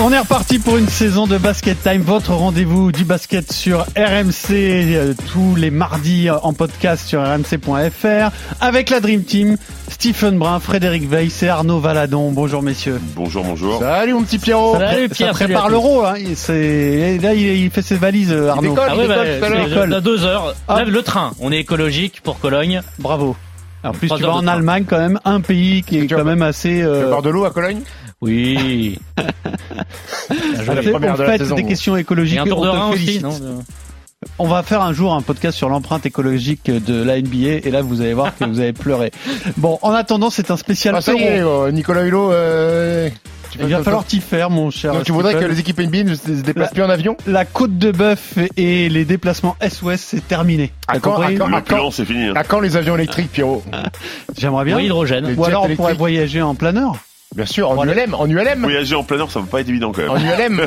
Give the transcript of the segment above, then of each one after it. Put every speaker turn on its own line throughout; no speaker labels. On est reparti pour une saison de Basket Time, votre rendez-vous du basket sur RMC euh, tous les mardis euh, en podcast sur rmc.fr avec la Dream Team, Stephen Brun, Frédéric Weiss et Arnaud Valadon. Bonjour messieurs.
Bonjour, bonjour.
Salut mon petit Pierrot
Ça prépare l'euro, hein. Il- c'est- Là, il il fait ses valises, euh, Arnaud.
décolle,
Ah
il
ouais, bah,
décolle tout à l'heure.
il décolle.
c'est- dans deux heures.
Ah.
Lève le train. On est écologique pour Cologne.
Bravo. En plus,
Trois
tu
heures
vas
de
en
train.
Allemagne quand même, un pays qui est
Tu vas
quand
pas-
même assez.
Tu vas
euh,
boire de l'eau à Cologne
Oui.
la
assez-
première
on
de la
fait
saison,
des
vous.
questions
J'ai
écologiques.
un tour de
on te
rein aussi,
félicite.
non
On va faire un jour un podcast sur l'empreinte écologique de la NBA et là vous allez voir que vous allez pleurer. Bon, en attendant, c'est un spécial
Ah, ça y
euro.
est, oh, Nicolas Hulot, euh, tu
Il
fais-
va falloir t'y faire, mon
Ah,
cher.
Non, tu voudrais que
Stephen.
les équipes NBA ne se se déplacent plus en avion
la côte de bœuf et les déplacements SOS c'est terminé.
À
T'as
quand,
compris Ah,
à quand, à quand
L'opulence, c'est fini. hein.
À quand les avions électriques, Pierrot
J'aimerais bien.
Ou hydrogène.
Les
Ou
jets
alors on pourrait
électriques.
voyager en planeur.
Bien sûr, en
Voilà.
ULM, en ULM,
Voyager en planeur, ça va pas être évident quand
en
même.
ULM.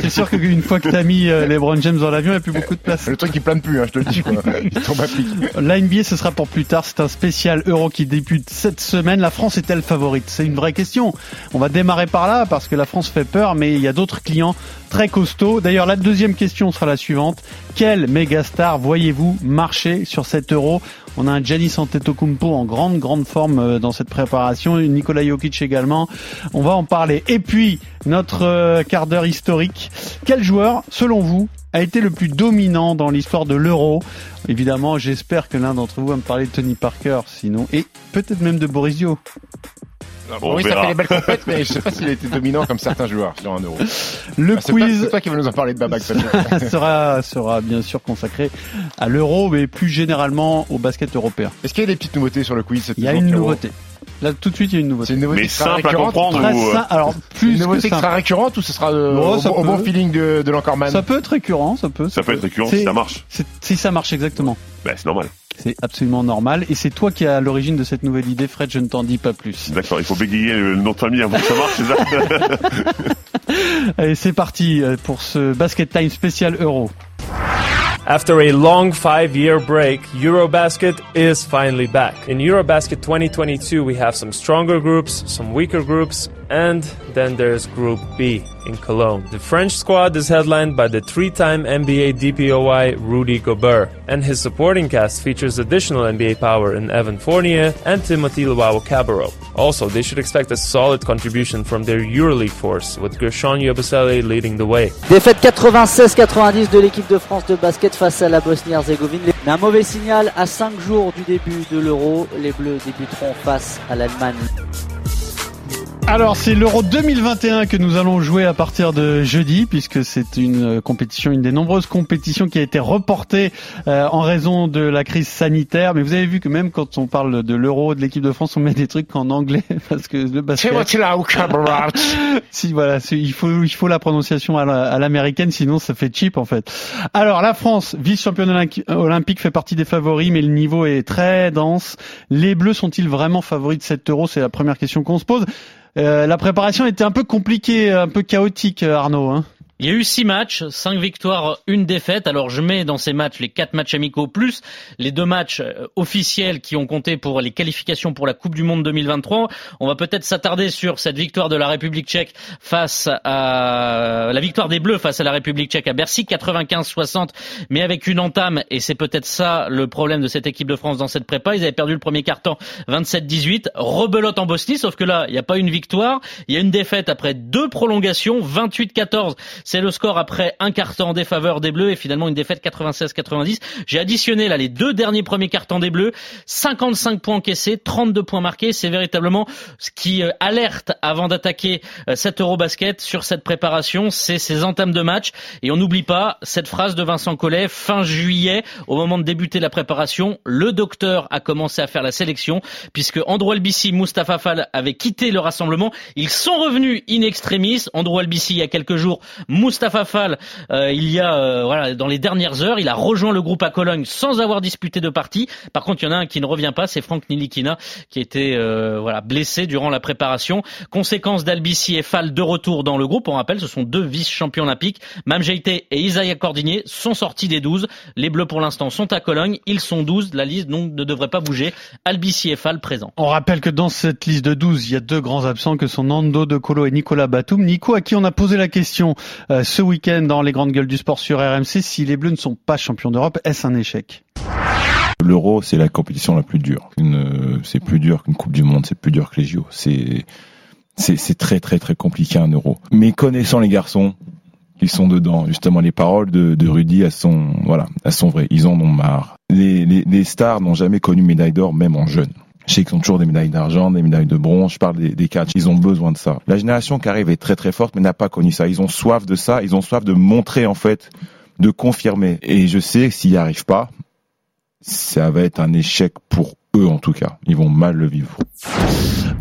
C'est sûr qu'une fois que t'as mis euh, LeBron James dans l'avion, il n'y a plus beaucoup de place.
Le truc il plane plus, hein, je te le dis quoi. Il tombe à pic.
La NBA, ce sera pour plus tard. C'est un spécial Euro qui débute cette semaine. La France est-elle favorite C'est une vraie question. On va démarrer par là parce que la France fait peur, mais il y a d'autres clients très costauds. D'ailleurs, la deuxième question sera la suivante. Quelle méga star voyez-vous marcher sur cet Euro On a un Giannis Antetokounmpo en grande, grande forme euh, dans cette préparation. Une Nikola Jokic également. On va en parler. Et puis, notre euh, quart d'heure historique. Quel joueur, selon vous, a été le plus dominant dans l'histoire de l'Euro Évidemment, j'espère que l'un d'entre vous va me parler de Tony Parker, sinon, et peut-être même de Boris Dio.
On
oui, ça
verra.
fait les belles compètes, mais je sais pas s'il a été dominant comme certains joueurs sur un euro.
Le
Ah, c'est pas-
quiz
C'est toi qui vas nous en parler de Babac. Fabien.
sera, sera bien sûr consacré à l'euro, mais plus généralement au basket européen.
Est-ce qu'il y a des petites nouveautés sur le quiz cette
Il y a
saison,
une
Pierrot
nouveauté. Là, tout de suite, il y a une nouveauté.
C'est une nouveauté
Mais
qui sera
simple à
récurrente
comprendre
Très
ou. euh,
simple. Alors,
Une
plus que
nouveauté qui sera
simple.
récurrente ou ce sera euh,
Oh,
au,
ça
bon- au
peut.
bon feeling de, de l'encorman
Ça peut être récurrent, ça peut.
Ça peut être récurrent
C'est-
si ça marche.
c'est- Si ça marche exactement.
Bah, c'est normal.
C'est absolument normal. Et c'est toi qui es à l'origine de cette nouvelle idée, Fred, je ne t'en dis pas plus.
D'accord, il faut bégayer le nom de famille avant que ça marche, c'est ça
Allez, c'est parti euh, pour ce Basket Time spécial Euro.
After a long five year break, Eurobasket is finally back. In Eurobasket 2022, we have some stronger groups, some weaker groups, and then there's Group B in Cologne. The French squad is headlined by the three time NBA DPOI Rudy Gobert, and his supporting cast features additional NBA power in Evan Fournier and Timothy Luau Cabarro. Also, they should expect a solid contribution from their Euroleague force, with Gershon Yabusele leading the way.
Défaite 96-90 de l'équipe de France de basket face à la Bosnie-Herzégovine. Mais Un mauvais signal à 5 jours du début de l'Euro. Les Bleus débuteront face à l'Allemagne.
Alors c'est l'Euro 2021 que nous allons jouer à partir de jeudi puisque c'est une euh, compétition, une des nombreuses compétitions qui a été reportée euh, en raison de la crise sanitaire. Mais vous avez vu que même quand on parle de l'Euro, de l'équipe de France, on met des trucs en anglais parce que le
C'est moi
basket,
qui l'ai au cabaret.
si voilà, c'est- il faut il faut la prononciation à la- à l'américaine, sinon ça fait cheap en fait. Alors la France, vice-championne olympi- olympique, fait partie des favoris, mais le niveau est très dense. Les Bleus sont-ils vraiment favoris de 7 euros C'est la première question qu'on se pose. Euh, la préparation était un peu compliquée, un peu chaotique, euh, Arnaud. Hein.
Il y a eu six matchs, cinq victoires, une défaite. Alors je mets dans ces matchs les quatre matchs amicaux plus les deux matchs euh, officiels qui ont compté pour les qualifications pour la Coupe du Monde 2023. On va peut-être s'attarder sur cette victoire de la République tchèque face à la victoire des Bleus face à la République tchèque à Bercy 95-60, mais avec une entame et c'est peut-être ça le problème de cette équipe de France dans cette prépa. Ils avaient perdu le premier carton 27-18, rebelote en Bosnie, sauf que là il n'y a pas une victoire, il y a une défaite après deux prolongations 28-14 c'est le score après un carton en défaveur des Bleus et finalement une défaite 96-90. J'ai additionné là les deux derniers premiers cartons des Bleus, 55 points encaissés, 32 points marqués. C'est véritablement ce qui euh, alerte avant d'attaquer euh, cet Eurobasket sur cette préparation, c'est ces entames de match. Et on n'oublie pas cette phrase de Vincent Collet, fin juillet, au moment de débuter la préparation, le docteur a commencé à faire la sélection puisque Andro Albissi, Mustapha Fall avaient quitté le rassemblement. Ils sont revenus in extremis. Andro Albissi il y a quelques jours Mustapha Fall, euh, il y a euh, voilà dans les dernières heures, il a rejoint le groupe à Cologne sans avoir disputé de partie. Par contre, il y en a un qui ne revient pas, c'est Franck Nilikina qui était euh, voilà blessé durant la préparation. Conséquence d'Albici et Fall de retour dans le groupe. On rappelle, ce sont deux vice-champions olympiques. Mamjeité et Isaiah Cordigné sont sortis des 12. Les Bleus pour l'instant sont à Cologne, ils sont 12. La liste donc ne devrait pas bouger. Albici et Fall présents.
On rappelle que dans cette liste de 12, il y a deux grands absents que sont Nando De Colo et Nicolas Batum. Nico, à qui on a posé la question euh, ce week-end dans les grandes gueules du sport sur RMC, si les Bleus ne sont pas champions d'Europe, est-ce un échec
L'Euro, c'est la compétition la plus dure. Une- C'est plus dur qu'une Coupe du Monde, c'est plus dur que les JO. C'est c'est c'est très très très compliqué un Euro. Mais connaissant les garçons, ils sont dedans. Justement, les paroles de, de Rudy, elles sont voilà, elles sont vraies. Ils en ont marre. Les, les, les stars n'ont jamais connu médaille d'or, même en jeune. Je sais qu'ils ont toujours des médailles d'argent, des médailles de bronze. Je parle des, des catchs. Ils ont besoin de ça. La génération qui arrive est très très forte, mais n'a pas connu ça. Ils ont soif de ça. Ils ont soif de montrer en fait, de confirmer. Et je sais que s'ils n'y arrivent pas, ça va être un échec pour eux en tout cas. Ils vont mal le vivre.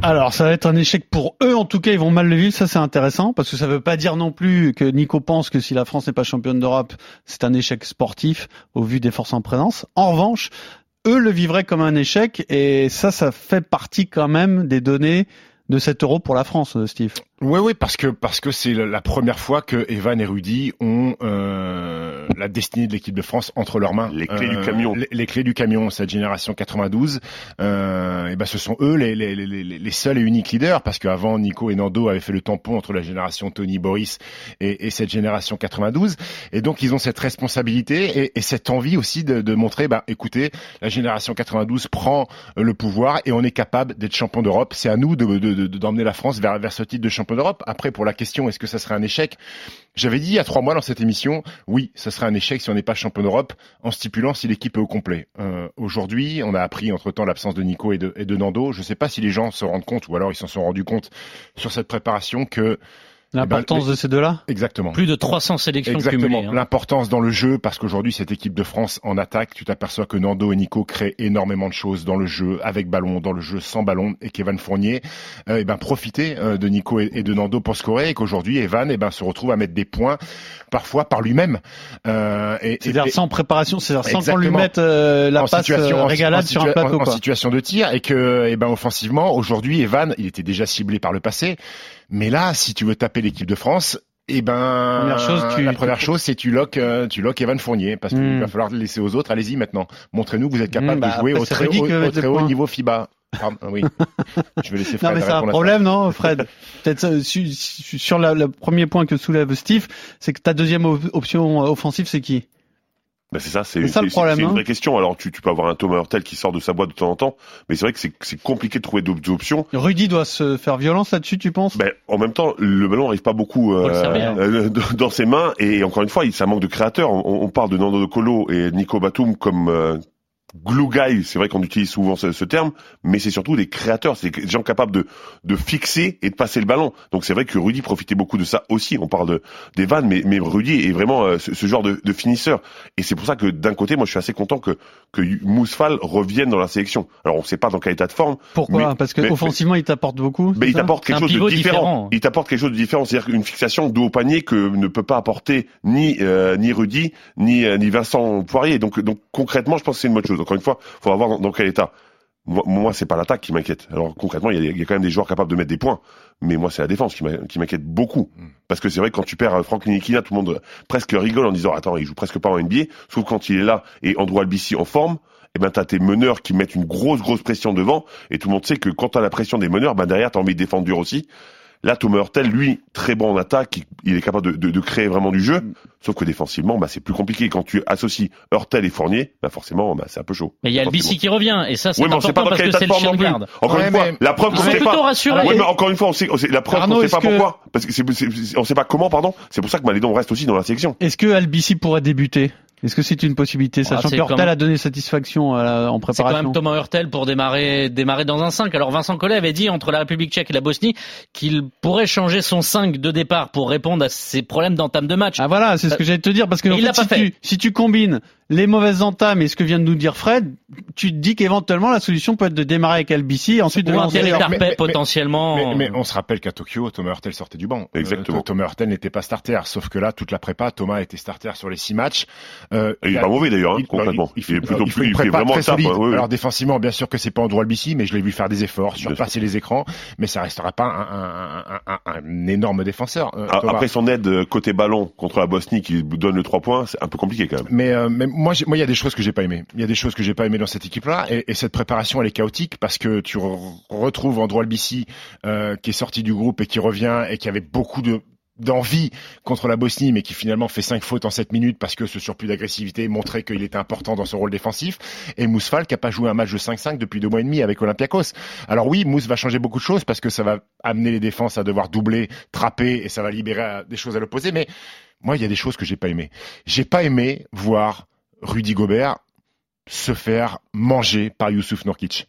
Alors, ça va être un échec pour eux. En tout cas, ils vont mal le vivre. Ça, c'est intéressant parce que ça veut pas dire non plus que Nico pense que si la France n'est pas championne d'Europe, c'est un échec sportif au vu des forces en présence. En revanche, eux le vivraient comme un échec et ça, ça fait partie quand même des données de cet euro pour la France, euh, Steve.
Oui, oui, parce que parce que c'est la- la première fois que Evan et Rudy ont euh, la destinée de l'équipe de France entre leurs mains.
Les clés
Euh,
du camion.
Les, les clés du camion, cette génération 92. Euh, et ben, ce sont eux les, les, les, les- les seuls et uniques leaders, parce qu'avant Nico et Nando avaient fait le tampon entre la génération Tony Boris et, et cette génération 92. Et donc ils ont cette responsabilité et, et cette envie aussi de, de montrer, bah, écoutez, la génération 92 prend euh, le pouvoir et on est capable d'être champion d'Europe. C'est à nous d'emmener de, de, de- d'emmener la France vers, vers ce titre de champion d'Europe. Après, pour la question, est-ce que ça serait un échec J'avais dit il y a trois mois dans cette émission, oui, ça serait un échec si on n'est pas champion d'Europe, en stipulant si l'équipe est au complet. Euh, Aujourd'hui, on a appris entre-temps l'absence de Nico et de, et de Nando. Je ne sais pas si les gens se rendent compte, ou alors ils s'en sont rendus compte sur cette préparation que... ben,
L'importance
les-
de ces deux-là.
Exactement.
Plus de 300 sélections
Exactement.
cumulées. hein.
L'importance dans le jeu, parce qu'aujourd'hui, cette équipe de France en attaque, tu t'aperçois que Nando et Nico créent énormément de choses dans le jeu, avec ballon, dans le jeu sans ballon, et qu'Evan Fournier, euh, eh ben, profiter euh, de Nico et, et de Nando pour scorer, et qu'aujourd'hui, Evan, eh ben, se retrouve à mettre des points, parfois par lui-même. Euh, et,
C'est-à-dire
et-
sans préparation, c'est-à-dire sans qu'on lui
Exactement.
mette euh, la
en
passe euh,
situation, en-
régalade
en
sur un
situa-
plateau.
en- en
quoi.
situation de tir et que eh ben offensivement aujourd'hui Evan il était déjà ciblé par le passé mais là si tu veux taper l'équipe de France eh ben
Première chose, tu-
la première chose c'est tu loques euh, tu loques Evan Fournier parce qu'il
Hmm.
va falloir le laisser aux autres allez-y maintenant montrez-nous que vous êtes capable
Hmm, bah,
de jouer
après,
au
c'est
très,
Rudy
haut,
qui va
au
mettre
très
des
haut
points.
niveau FIBA Pardon, oui je vais laisser
Non
Fred
mais c'est un
répondre à ça.
problème, non, Fred Peut-être ça, su- su- sur la- le premier point que soulève Steve, c'est que ta deuxième op- option euh, offensive, c'est qui
Bah, c'est ça,
C'est
c'est
ça, le
c'est-
problème,
c'est une
hein.
vraie question. Alors tu, tu peux avoir un Thomas Hurtel qui sort de sa boîte de temps en temps, mais c'est vrai que c'est- c'est compliqué de trouver d'autres options.
Rudy doit se faire violence là-dessus, tu penses
Ben, en même temps, le ballon n'arrive pas beaucoup
le
euh,
servir, hein.
euh, dans- dans ses mains et encore une fois, il- ça manque de créateurs. On, on parle de Nando De Colo et Nico Batum comme euh, glue guy. C'est vrai qu'on utilise souvent ce, ce terme, mais c'est surtout des créateurs, c'est des gens capables de, de fixer et de passer le ballon. Donc c'est vrai que Rudy profitait beaucoup de ça aussi. On parle de, des vannes, mais, mais Rudy est vraiment euh, ce, ce genre de, de finisseur. Et c'est pour ça que d'un côté, moi, je suis assez content que que Mousfal revienne dans la sélection. Alors on ne sait pas dans quel état de forme,
Pourquoi
mais-
Parce que
mais-
offensivement, il t'apporte beaucoup.
mais
c'est
il
ça
t'apporte quelque
Un
chose de
pivot
différent.
différent.
Il t'apporte quelque chose de différent, c'est-à-dire une fixation dos au panier que ne peut pas apporter ni euh, ni Rudy ni euh, ni Vincent Poirier. Donc donc concrètement, je pense que c'est une bonne chose. Encore une fois, faut voir dans, dans quel état. Moi, moi c'est pas l'attaque qui m'inquiète. Alors concrètement, il y, a, il y a quand même des joueurs capables de mettre des points, mais moi c'est la défense qui m'in- qui m'inquiète beaucoup parce que c'est vrai que quand tu perds euh, Franck Ninikina, tout le monde euh, presque rigole en disant attends, il joue presque pas en NBA, sauf quand il est là et Andrew Albici en forme. Et ben t'as tes meneurs qui mettent une grosse grosse pression devant et tout le monde sait que quand t'as la pression des meneurs, ben derrière t'as envie de défendre dur aussi. Là, Thomas Hurtel, lui, très bon en attaque, il- il est capable de, de- de créer vraiment du
Mm.
jeu. Sauf que défensivement, bah, c'est plus compliqué. Quand tu associes Hurtel et Fournier, bah, forcément, bah, c'est un peu chaud.
Mais il y a Albici
Forcément.
qui revient et ça c'est
Oui, mais on sait
important
pas dans
parce
quel
que
état
c'est
de
le
forme
chien
non
de garde.
plus. Encore
Ouais,
une fois,
mais-
la preuve
Ils
qu'on
sont
sait
plutôt
pas. Ah
rassurés.
Oui, mais encore une fois, on sait, on sait- la preuve
Arnaud,
qu'on sait pas
est-ce que-
pourquoi. Parce que c'est, c'est- on sait pas comment, pardon. C'est pour ça que Malédon reste aussi dans la sélection.
Est-ce que Albici pourrait débuter Est-ce que c'est une possibilité Sachant
c'est
que Hurtel
quand même-
a donné satisfaction à la-
C'est
en
quand
préparation.
même Thomas Hurtel pour démarrer, démarrer dans un 5. Alors Vincent Collet avait dit entre la République tchèque et la Bosnie qu'il pourrait changer son 5 de départ pour répondre à ses problèmes d'entame de match.
Ah voilà, c'est ce que j'allais te dire parce que
Et
en
il
fait,
l'a pas
si, tu, si tu combines les mauvaises entames et ce que vient de nous dire Fred, tu te dis qu'éventuellement la solution peut être de démarrer avec Albici et ensuite de
Ou un
lancer
tel
les-
Carpet, mais- mais-
potentiellement.
Mais, mais on se rappelle qu'à Tokyo, Thomas Hurtel sortait du banc. Euh,
Exactement.
Thomas Hurtel n'était pas starter, sauf que là, toute la prépa, Thomas était starter sur les six matchs. Euh,
Et il est pas mauvais d'ailleurs, hein,
il-
concrètement.
il- il fait-
Il est plutôt
il fait une
il fait
prépa
vraiment
très
ça.
solide.
quoi. Ouais, ouais.
Alors défensivement, bien sûr que c'est pas Andrew Albici, mais je l'ai vu faire des efforts,
Bien
surpasser les écrans, mais ça restera pas un, un- un- un- un énorme défenseur. euh,
A-
Thomas.
Après son aide euh, côté ballon contre la Bosnie qui donne le 3 points, c'est un peu compliqué quand même.
Mais, euh, mais moi, j'ai- moi, il y a des choses que j'ai pas aimées. Il y a des choses que j'ai pas aimées dans cette équipe-là, et, et cette préparation, elle est chaotique parce que tu re- retrouves Andrew Albici euh, qui est sorti du groupe et qui revient et qui avait beaucoup de d'envie contre la Bosnie, mais qui finalement fait cinq fautes en 7 minutes parce que ce surplus d'agressivité montrait qu'il était important dans son rôle défensif. Et Mousfal qui a pas joué un match de 5-5 depuis deux mois et demi avec Olympiakos. Alors oui, Mousse va changer beaucoup de choses parce que ça va amener les défenses à devoir doubler, trapper et ça va libérer euh, des choses à l'opposé. Mais moi, il y a des choses que j'ai pas aimées. J'ai pas aimé voir Rudy Gobert se faire manger par Youssouf Nourkic.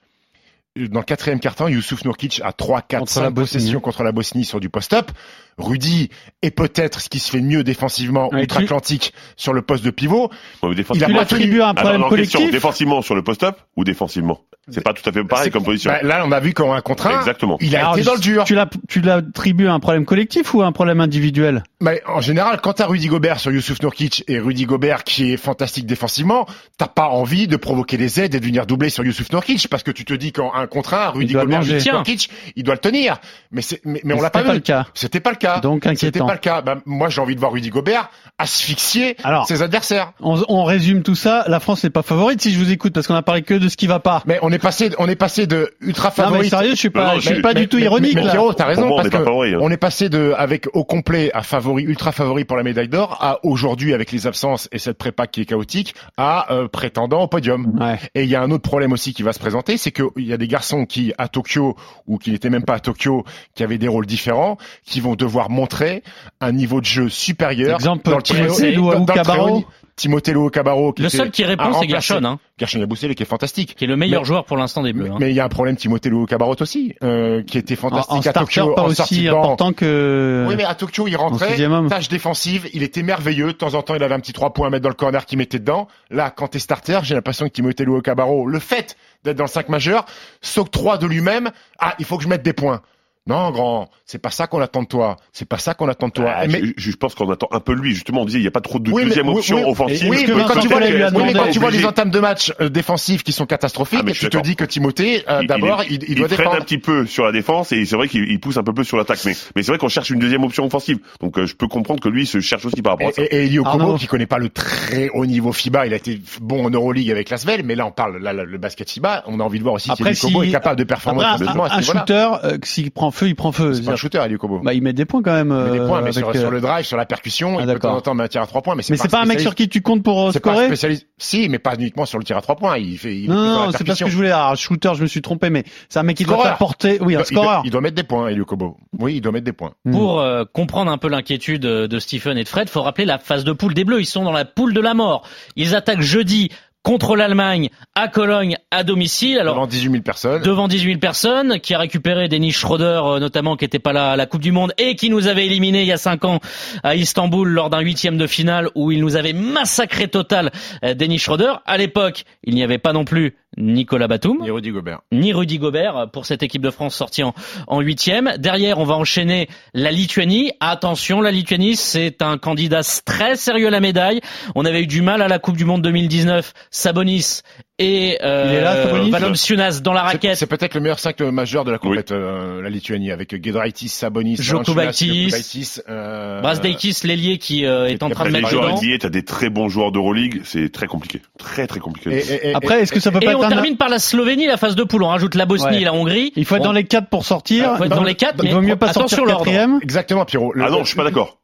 Dans le quatrième quart-temps, Youssouf Nourkic a 3, 4,
Contre la
5
Bosnie.
possessions contre la Bosnie sur du post-up. Rudy est peut-être ce qui se fait mieux défensivement
Ouais,
outre-Atlantique sur le poste de pivot.
Non, mais défense-
Il a
Tu
pas
l'attribues à un
Attends,
problème
non, question,
collectif
défensivement sur le post-up ou défensivement C'est pas tout à fait pareil
C'est-
comme position.
Bah, là, on a vu qu'en un contre un,
Exactement.
il a
Alors,
été dans le dur.
Tu l'as- tu l'attribues à un problème collectif ou à un problème individuel
Mais en général, quand t'as Rudy Gobert sur Youssouf Nurkic et Rudy Gobert qui est fantastique défensivement, t'as pas envie de provoquer les aides et de venir doubler sur Youssouf Nurkic parce que tu te dis qu'en un contre un, Rudy
doit le
Gobert,
manger.
Youssouf
Tiens.
Nurkic, il doit le tenir. Mais, c'est- mais, mais on
Mais
l'a pas,
c'était pas
vu.
le cas.
C'était pas le cas.
Donc,
C'était
inquiétant.
pas le cas. Bah, moi, j'ai envie de voir Rudy Gobert asphyxier
Alors.
ses adversaires.
on, on résume tout ça, la France n'est pas favorite si je vous écoute parce qu'on a parlé que de ce qui va pas.
Mais on est passé, on est passé de ultra
non mais
favori.
sérieux, je suis
Non,
pas,
non,
je
je
suis
suis-
pas du tout ironique
mais,
là.
Pierrot, t'as raison
Pour moi, on
parce
n'est pas
que
favori, hein.
on est passé de avec au complet à favori ultra favori pour la médaille d'or à aujourd'hui avec les absences et cette prépa qui est chaotique à euh, prétendant au podium.
Ouais.
Et il y a un autre problème aussi qui va se présenter, c'est qu'il y a des garçons qui, à Tokyo, ou qui n'étaient même pas à Tokyo, qui avaient des rôles différents, qui vont devoir montrer un niveau de jeu supérieur.
Exemple,
dans le très haut-
Timothée
dans- dans le très haut
Luau-Cabaro.
niveau. Timothée Luau Cabaro.
Le seul qui répond, c'est Gershon, hein,
Gershon Yabusele qui est fantastique.
qui est le meilleur
Mais-
joueur pour l'instant des Bleus.
Mais
hein.
mais il y a un problème Timothée Luau Cabarot aussi, euh, qui était
En,
fantastique
en
à
starter
Tokyo,
pas
en sortie
aussi
de banc.
important que.
Oui, mais à Tokyo, il rentrait,
Euh, sixième homme.
tâche défensive, il était merveilleux. De temps en temps, il avait un petit 3 points à mettre dans le corner qu'il mettait dedans. Là, quand t'es starter, j'ai l'impression que Timothée Luo Cabarro, le fait d'être dans le 5 majeur, s'octroie de lui-même. Ah, il faut que je mette des points. Non, grand, c'est pas ça qu'on attend de toi. C'est pas ça qu'on attend de toi.
Ah,
Eh, mais-
je, je pense qu'on attend un peu lui. Justement, on disait il n'y a pas trop de
Oui, mais-
deuxième
oui,
option
oui.
offensive.
Oui,
que
mais quand
Vincent
tu vois,
Collet lui a
oui, mais
demandé-
quand tu vois les
Obligé.
entames de match euh, défensives qui sont catastrophiques,
Ah, mais je
tu
suis
te
d'accord.
dis que Timothée, euh,
Il- il
d'abord,
est-
il, il doit
freine
défendre.
un petit peu sur la défense et c'est vrai qu'il il pousse un peu plus sur l'attaque. Mais, mais c'est vrai qu'on cherche une deuxième option offensive. Donc euh, je peux comprendre que lui se cherche aussi par rapport à ça.
Et, et, et Elio Kobo,
Arnaud.
qui connaît pas le très haut niveau FIBA, il a été bon en Euroleague avec l'Asvel, mais là on parle là, là, le basket FIBA, on a envie de voir aussi
Après,
si Elio Kobo
si-
est capable de
Après,
performer
un,
offensivement
un
à ce niveau-là.
shooter, euh, que s'il prend feu, il prend feu.
C'est pas
C'est-à-dire-
un shooter, Elio Kobo.
Bah, il met des points quand même.
Il met des
euh,
points, mais sur,
avec, euh,
sur le drive, sur la percussion,
Ah,
il peut de
d'accord.
temps en temps mettre un tir à trois points, mais c'est
Mais c'est pas un mec sur
spécialiste.
qui tu comptes pour euh,
C'est pas un
scorer.
spécialiste. Si, mais pas uniquement sur le tir à trois points. Il fait. Il
Non,
est dans la
non, non, c'est pas ce
percussion.
que je voulais. Alors, shooter, je me suis trompé, mais c'est un mec qui doit
Scoreur.
t'apporter. Oui,
Il
un
doit- il doit-
scoreur.
Il doit mettre des points, Elio Kobo. Oui, il doit mettre des points.
Pour euh, comprendre un peu l'inquiétude euh, de Stephen et de Fred, faut rappeler la phase de poule des Bleus. Ils sont dans la poule de la mort. Ils attaquent jeudi contre l'Allemagne à Cologne à domicile. Alors
Devant 18 000 personnes.
devant 18 000 personnes, qui a récupéré Denis Schroeder euh, notamment, qui n'était pas là à la Coupe du Monde et qui nous avait éliminé il y a 5 ans à Istanbul lors d'un huitième de finale où il nous avait massacré total euh, Denis Schroeder. À l'époque, il n'y avait pas non plus Nicolas Batum
Et Rudy Gobert.
ni Rudy Gobert euh, pour cette équipe de France sortie en, en huitième. Derrière, on va enchaîner la Lituanie. Attention, la Lituanie, c'est un candidat très sérieux à la médaille. On avait eu du mal à la Coupe du Monde 2019. Sabonis et
Il est là,
euh,
Sabonis
Valanciunas dans la
C'est-
raquette.
C'est peut-être le meilleur cercle majeur de la
Oui.
compète, euh, la Lituanie, avec Gedraitis, Sabonis,
Jokubaitis,
Valanciunas, Jokubaitis, euh,
Brasdeikis, l'ailier qui euh, est en
Et
train de
T'as des
mettre
joueurs
dedans.
NBA, t'as des très bons joueurs d'Euroleague, c'est très compliqué, très très compliqué.
et- et- et-
Après, est-ce que ça peut
Et
pas
on
être un-
termine par la Slovénie, la phase de poule. On rajoute la Bosnie
Ouais.
et la Hongrie.
Il faut être
Bon,
dans les 4 pour sortir.
faut être dans les quatre,
Il vaut
mais
mieux pas
attention
sortir
l'ordre.
quatrième.
Exactement, Pierrot. Le-
ah non, je suis pas d'accord.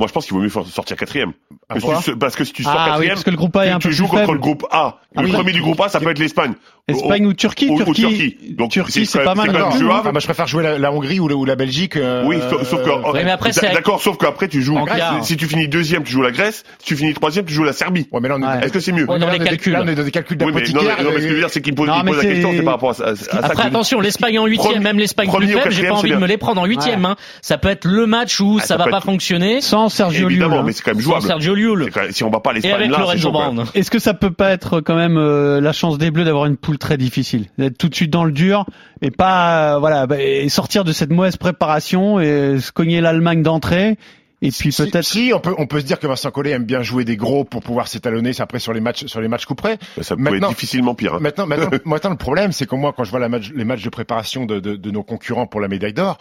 Moi, je pense qu'il vaut mieux faire- sortir quatrième. Parce que,
pourquoi
si tu- parce que si tu sors
Ah oui,
quatrième,
parce que le groupe A est
tu-
un
tu
peu
joues
plus
contre
faible.
le groupe A.
Ah
le
oui.
premier du groupe A, ça peut être l'Espagne.
Espagne ou Turquie.
Ou- ou
Turquie,
Turquie. Donc,
Turquie,
c'est
c'est
quand
pas
même-
mal.
c'est quand
non
même
plus.
jouable.
Ah, bah, je préfère jouer la, la Hongrie ou, la- ou la Belgique. euh,
Oui, sauf, sauf que oh,
euh,
mais après, c'est-
d'accord, sauf qu'après tu joues.
En quart.
Si, si tu finis deuxième, tu joues la Grèce. Si tu finis troisième, tu joues la Serbie.
Ouais, mais là, on est
Ouais.
dans-
Est-ce que c'est mieux
On est dans
là,
les
des-
calculs.
Là, on est dans des calculs
Oui, mais non, mais,
d'apothicaire.
non, mais ce que je veux dire, c'est qu'il me pose,
Non,
il pose
mais
la question,
c'est-
c'est par rapport à, à, à Ah, ça.
Après, attention, l'Espagne en huitième,
Premier-
même l'Espagne plus
premier ou
faible, j'ai
quatrième,
pas envie
c'est
de me
bien.
les prendre en huitième. Hein. Ça peut être le match où
Ah,
ça,
ça
va
peut
pas
être-
fonctionner.
Sans Sans Sergio Llull.
Évidemment,
hein.
mais c'est quand même
Sans
jouable.
Sergio Llull
C'est quand même- Si on bat pas
et
l'Espagne
avec
là, c'est
Lorenzo
chaud. quand même.
Brown.
Est-ce que ça peut pas être quand même euh, la chance des Bleus d'avoir une poule très difficile, d'être tout de suite dans le dur et pas euh, voilà bah, et sortir de cette mauvaise préparation et se cogner l'Allemagne d'entrée et puis
Si-
peut-être
Si, on peut, on peut se dire que Vincent Collet aime bien jouer des gros pour pouvoir s'étalonner après sur les matchs, sur les matchs couperés.
Ça peut être
Maintenant-
difficilement pire. hein.
Maintenant, maintenant, maintenant, le problème, c'est que moi, quand je vois la match- les matchs de préparation de, de- de nos concurrents pour la médaille d'or,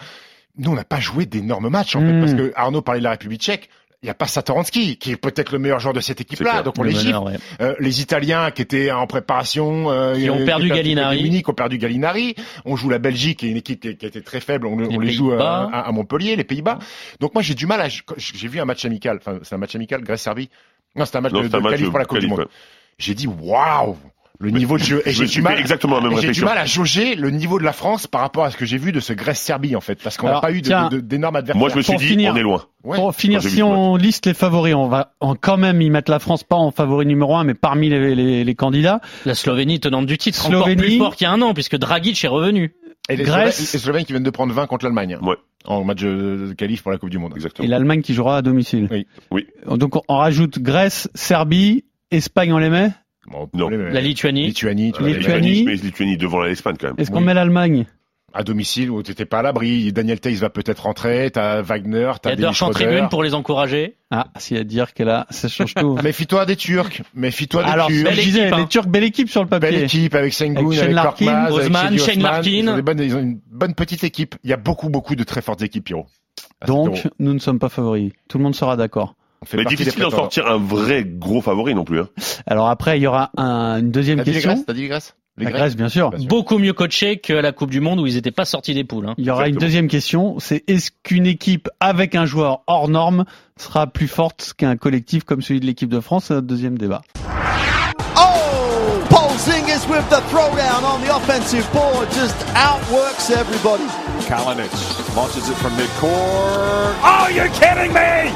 nous, on n'a pas joué d'énormes matchs, en
Mm.
fait,
Hmm.
parce que Arnaud parlait de la République tchèque. Il n'y a pas Satoransky, qui est peut-être le meilleur joueur de cette
C'est
équipe-là,
clair.
donc on les gifle.
Ouais.
Euh, les Italiens qui étaient en préparation, euh,
Qui ont
euh,
perdu
qui étaient-
Gallinari.
qui étaient Munich ont perdu Gallinari. On joue la Belgique, qui est une équipe qui, qui a été très faible. On, le-
Les
on les joue euh,
Pays-Bas.
à, à Montpellier, les Pays-Bas. Donc moi j'ai du mal. à... J'ai vu un match amical. Enfin, c'est un match amical Grèce-Serbie. Non, c'est un match
Non,
de,
c'est un
de
match
qualif
de
pour la Coupe du
qualif,
Monde.
ouais.
J'ai dit waouh le niveau de jeu. Et
Je me
j'ai
suis
du
fait
mal.
exactement la même
et J'ai du
réflexion.
mal à jauger le niveau de la France par rapport à ce que j'ai vu de ce Grèce-Serbie en fait, parce qu'on n'a
Alors,
pas eu de-
tiens.
de- de- d'énormes adversaires.
Moi, je me suis
Pour
dit,
finir.
on est loin.
Ouais.
Pour finir,
Moi, j'ai vu
si
ce
on liste les favoris, on va en- quand même y mettre la France pas en favori numéro un, mais parmi les, les- les candidats.
La Slovénie tenante du titre, encore
Slovénie.
plus fort qu'il y a un an, puisque Dragic est revenu.
Et les
Grèce.
Slovènes- les Slovènes qui viennent de prendre 20 contre l'Allemagne.
Ouais.
En match de de qualif pour la Coupe du Monde.
Et
Exactement.
l'Allemagne qui jouera à domicile.
Oui.
Oui.
Donc on- on rajoute Grèce, Serbie, Espagne, on les met.
Bon,
Non.
problème,
La
euh,
Lituanie.
Lituanie, tu
Euh,
vois,
Lituanie.
les-
je mets Lituanie devant l'Espagne quand même.
Est-ce qu'on
Oui.
met l'Allemagne
à domicile où t'étais pas à l'abri. Daniel Teis va peut-être rentrer. T'as
Il
Wagner,
y
t'as
a
Dennis
Dorsch en tribune
Schroeder.
pour les encourager.
Ah, si à dire que là, ça change tout.
Méfie-toi des Turcs. Méfie-toi des
Alors,
Turcs.
je
belle
disais,
équipe, hein.
les Turcs, belle équipe sur le
Belle
papier.
équipe avec Sengun,
Avec Shane
avec
Larkin,
Korkmaz, avec
Osman,
Cedi
Shane
Osman.
Larkin.
Ils ont, des bonnes- ils ont une bonne petite équipe. Il y a beaucoup, beaucoup de très fortes équipes, Pierrot. À cet
Donc,
Euro.
nous ne sommes pas favoris. Tout le monde sera d'accord.
on fait
Mais
partie des
difficile d'en
prétendants.
sortir un vrai gros favori non plus. hein.
Alors après, il y aura un- une deuxième
T'as dit les
question.
Grèces T'as dit les Grèces Les
La
Grèces
Grèce, bien sûr.
Bien sûr.
Beaucoup mieux coaché que la Coupe du Monde où ils n'étaient pas sortis des poules. hein.
Il y aura une
Exactement.
deuxième question. C'est est-ce qu'une équipe avec un joueur hors norme sera plus forte qu'un collectif comme celui de l'équipe de France C'est notre deuxième débat.
Oh! Porzingis with the throwdown on the offensive board just outworks everybody.
Kalinic launches it from midcourt.
Oh, you're kidding me!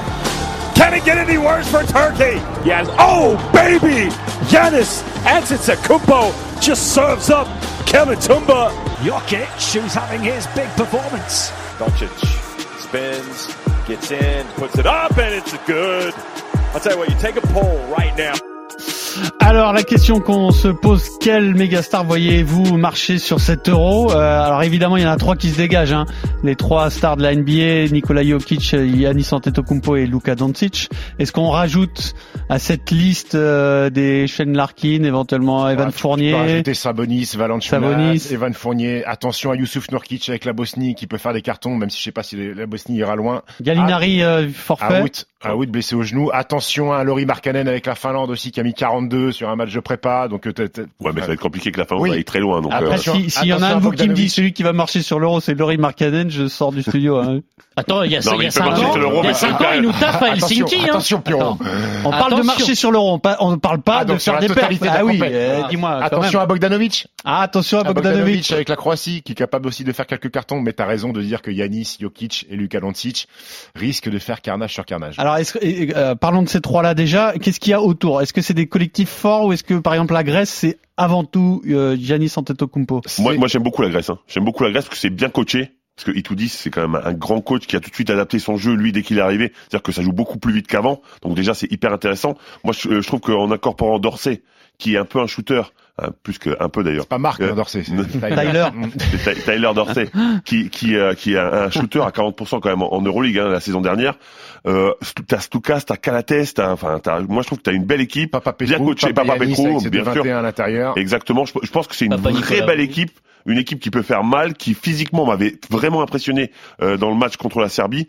Can it get any worse for Turkey?
Yes. Oh, baby! Giannis Antetokounmpo just serves up Kamatumba. Jokic, who's having his big performance. Doncic spins, gets in, puts it up, and it's good. I'll tell you what, you take a poll right now.
Alors la question qu'on se pose, quel mégastar voyez-vous marcher sur cet euro Euh, Alors évidemment, il y en a trois qui se dégagent. hein. Les trois stars de la NBA, Nikola Jokic, Yanis Antetokounmpo et Luka Doncic. Est-ce qu'on rajoute à cette liste euh, des Shane Larkin, éventuellement Evan
Voilà, Ah, tu- Tu peux
Fournier
rajouter Sabonis, Valanciunas,
Sabonis.
Evan Fournier. Attention à Youssouf Nurkic avec la Bosnie qui peut faire des cartons, même si je sais pas si la Bosnie ira loin.
Gallinari euh, forfait
Aout, Aout blessé au genou. Attention à Laurie Markkanen avec la Finlande aussi qui a mis 42 sur un match de prépa. Donc euh, t'as- t'as-
Ouais, mais ça va être compliqué que la Finlande
Oui.
aille très loin. Donc,
Ah,
euh,
bien
Ah,
sûr.
si- S'il y en a un de
Attention à
vous qui me dit
Bogdanovic.
celui qui va marcher sur l'euro, c'est Laurie Markkanen, je sors du studio. hein.
Attends, il y a
Non, mais il peut
5
marcher
ans,
sur l'Euro,
il y a
mais
cinq
c'est
ans, ils nous tapent à
attention,
Helsinki. hein.
attention Pierrot.
On parle de
Attention.
marcher sur l'euro, on, pa- on parle pas
Ah,
de
donc sur
faire
la
des pertes.
totalité de la
Ah oui,
compète.
euh,
Ah.
dis-moi. quand
Attention
même.
à Bogdanovic.
Ah, attention à
À
Bogdanovic.
Bogdanovic avec la Croatie qui est capable aussi de faire quelques cartons. Mais t'as raison de dire que Yanis, Jokic et Luka Doncic risquent de faire carnage sur carnage.
Alors, est-ce que- et, euh, parlons de ces trois-là déjà. Qu'est-ce qu'il y a autour Est-ce que c'est des collectifs forts ou est-ce que, par exemple, la Grèce, c'est avant tout euh, Giannis Antetokounmpo
moi, moi j'aime beaucoup la Grèce. hein. J'aime beaucoup la Grèce parce que c'est bien coaché. Parce que Itoudis, c'est quand même un grand coach qui a tout de suite adapté son jeu, lui, dès qu'il est arrivé. C'est-à-dire que ça joue beaucoup plus vite qu'avant. Donc déjà, c'est hyper intéressant. Moi, je, euh, je trouve qu'en incorporant Dorsey, qui est un peu un shooter, hein, plus que un peu d'ailleurs,
Pas Marc
Euh,
hein, Mm. Dorsey, c'est
non.
Tyler.
C'est Ty- Tyler Dorsey qui qui euh, qui est un shooter à 40% quand même en en Euroleague hein, la saison dernière. Euh, Stu- t'as Stukas, t'as Kalates, t'as enfin t'as- moi je trouve que t'as une belle équipe.
Papa Petro,
Bien coaché, Papa
Yanis
Petro,
avec ses
bien sûr.
21 à l'intérieur.
Exactement, je, je pense que c'est une
Papa
très
Nicolas,
belle
oui.
équipe, une équipe qui peut faire mal, qui physiquement m'avait vraiment impressionné euh, dans le match contre la Serbie.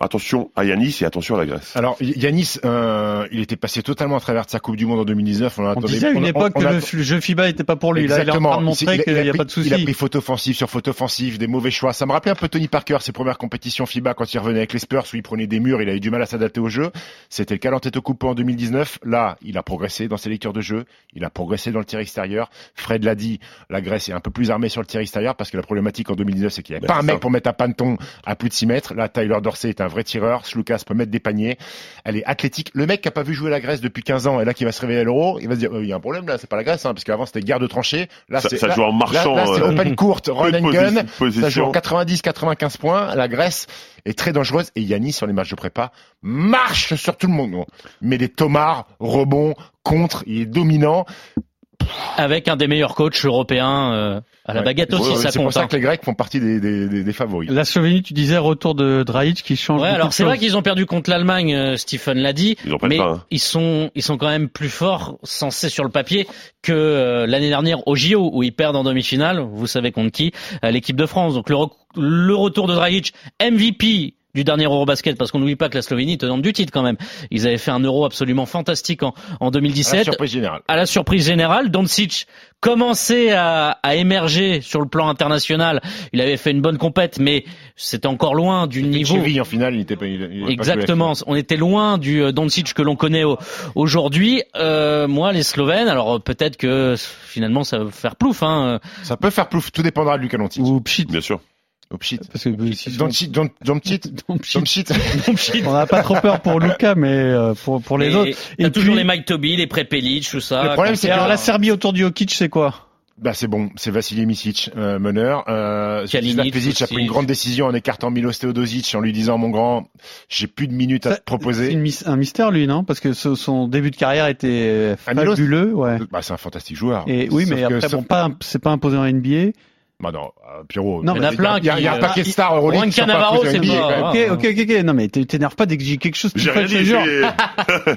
Attention à Yanis et attention à la Grèce.
Alors Y- Yanis, euh, il était passé totalement à travers de sa Coupe du Monde en 2019. On,
On
attendait-
disait à une
on-
époque
on- on
que le
attend-
f- jeu FIBA n'était pas pour lui. Là, il est en
Exactement.
train de montrer
Il- il
qu'il
a-
n'y a
il
pas de
Il a pris
souci.
faute offensive sur faute offensive, des mauvais choix. Ça me rappelait un peu Tony Parker, ses premières compétitions FIBA quand il revenait avec les Spurs où il prenait des murs, il avait du mal à s'adapter au jeu. C'était le cas d'Antetokounmpo en 2019. Là, il a progressé dans ses lectures de jeu, il a progressé dans le tir extérieur. Fred l'a dit, la Grèce est un peu plus armée sur le tir extérieur parce que la problématique en 2019 c'est qu'il n'y avait
Ben,
pas un
c'est
mec
ça.
pour mettre un panton à plus de 6 mètres. Là, Tyler Dorsey est un vrai tireur. Lucas peut mettre des paniers. Elle est athlétique. Le mec qui a pas vu jouer la Grèce depuis 15 ans et là qui va se réveiller à l'Euro, il va se dire, Oh, il y a un problème là, c'est pas la Grèce, hein, parce qu'avant c'était guerre de tranchées. Là,
Ça-
c'est-
ça
là-
joue en marchant,
Là, là, c'est
euh,
open court,
peu
run
de
and
posi-
gun. Ça joue
position.
en 90-95 points. La Grèce est très dangereuse et Yannis sur les matchs de prépa marche sur tout le monde. Non. Mais des tomards, rebonds, contre, il est dominant.
Avec un des meilleurs coachs européens euh, à la
Ouais.
baguette aussi,
Ouais, ouais,
ça
C'est pour
compte.
ça
hein.
que les Grecs font partie des, des, des- des favoris.
La Slovénie, tu disais retour de Dragic qui change.
Ouais,
beaucoup
alors
de
c'est vrai
choses.
qu'ils ont perdu contre l'Allemagne, euh, Stephen l'a dit,
Ils en prennent
mais
pas, hein.
ils sont ils sont quand même plus forts censés sur le papier que euh, l'année dernière au JO où ils perdent en demi-finale, vous savez contre qui, euh, l'équipe de France. Donc le, rec- le retour de Dragic, MVP du dernier Eurobasket parce qu'on n'oublie pas que la Slovénie est tenante du titre quand même. Ils avaient fait un Euro absolument fantastique en
Ah,
en
À la
2017
surprise générale.
à la surprise générale, Doncic commençait à, à émerger sur le plan international. Il avait fait une bonne compète, mais c'était encore loin du niveau.
Cheville, en finale, il était pas. il- il-
Exactement. On était loin du euh, Doncic que l'on connaît au- aujourd'hui. Euh, moi, les Slovènes, alors euh, peut-être que euh, finalement ça va faire plouf. Hein. euh,
Ça peut faire plouf, tout dépendra de Lucas Doncic.
Ou Pchit.
Bien sûr.
Oh, pchit.
Parce que euh, si-
Doncic, Don- Doncic, Doncic.
mon pchit.
on n'a pas trop peur pour Luca, mais euh, pour, pour les
Et
autres.
T'as
Et
toujours
puis-
les Mike Toby, les Prepelic, tout ça. Ah,
Le problème, Ah, c'est
Et
que-
alors la Serbie autour du Jokic, c'est quoi
Bah c'est bon, c'est Vassili Misic, euh, meneur. Euh,
Kalinic
Zlatan Pezic a
aussi.
pris une grande décision en écartant Milos Teodosic en lui disant mon grand, j'ai plus de minutes à
Ça,
te proposer.
C'est une mis- un mystère lui, non Parce que ce- son début de carrière était euh,
À Milos
fabuleux, ouais.
Bah, c'est un fantastique joueur.
Et oui,
Sauf
mais
que-
après,
sauf-
bon, pas, un- c'est pas imposé en NBA.
Bah non, euh, Pierrot.
Non, mais
il
il y
y en a plein
Il y a, il y a
qui,
un
euh,
paquet de stars Euroleague
Juan
qui sont pas
Cannavaro,
inclus au
c'est
NBA,
pas-
quand même.
Ah,
ok, ok, ok, ok. Non, mais t'é- t'énerves pas dès que j'ai quelque chose. qui
J'ai
me
rien
fait, je te
dit.
jure.
j'ai-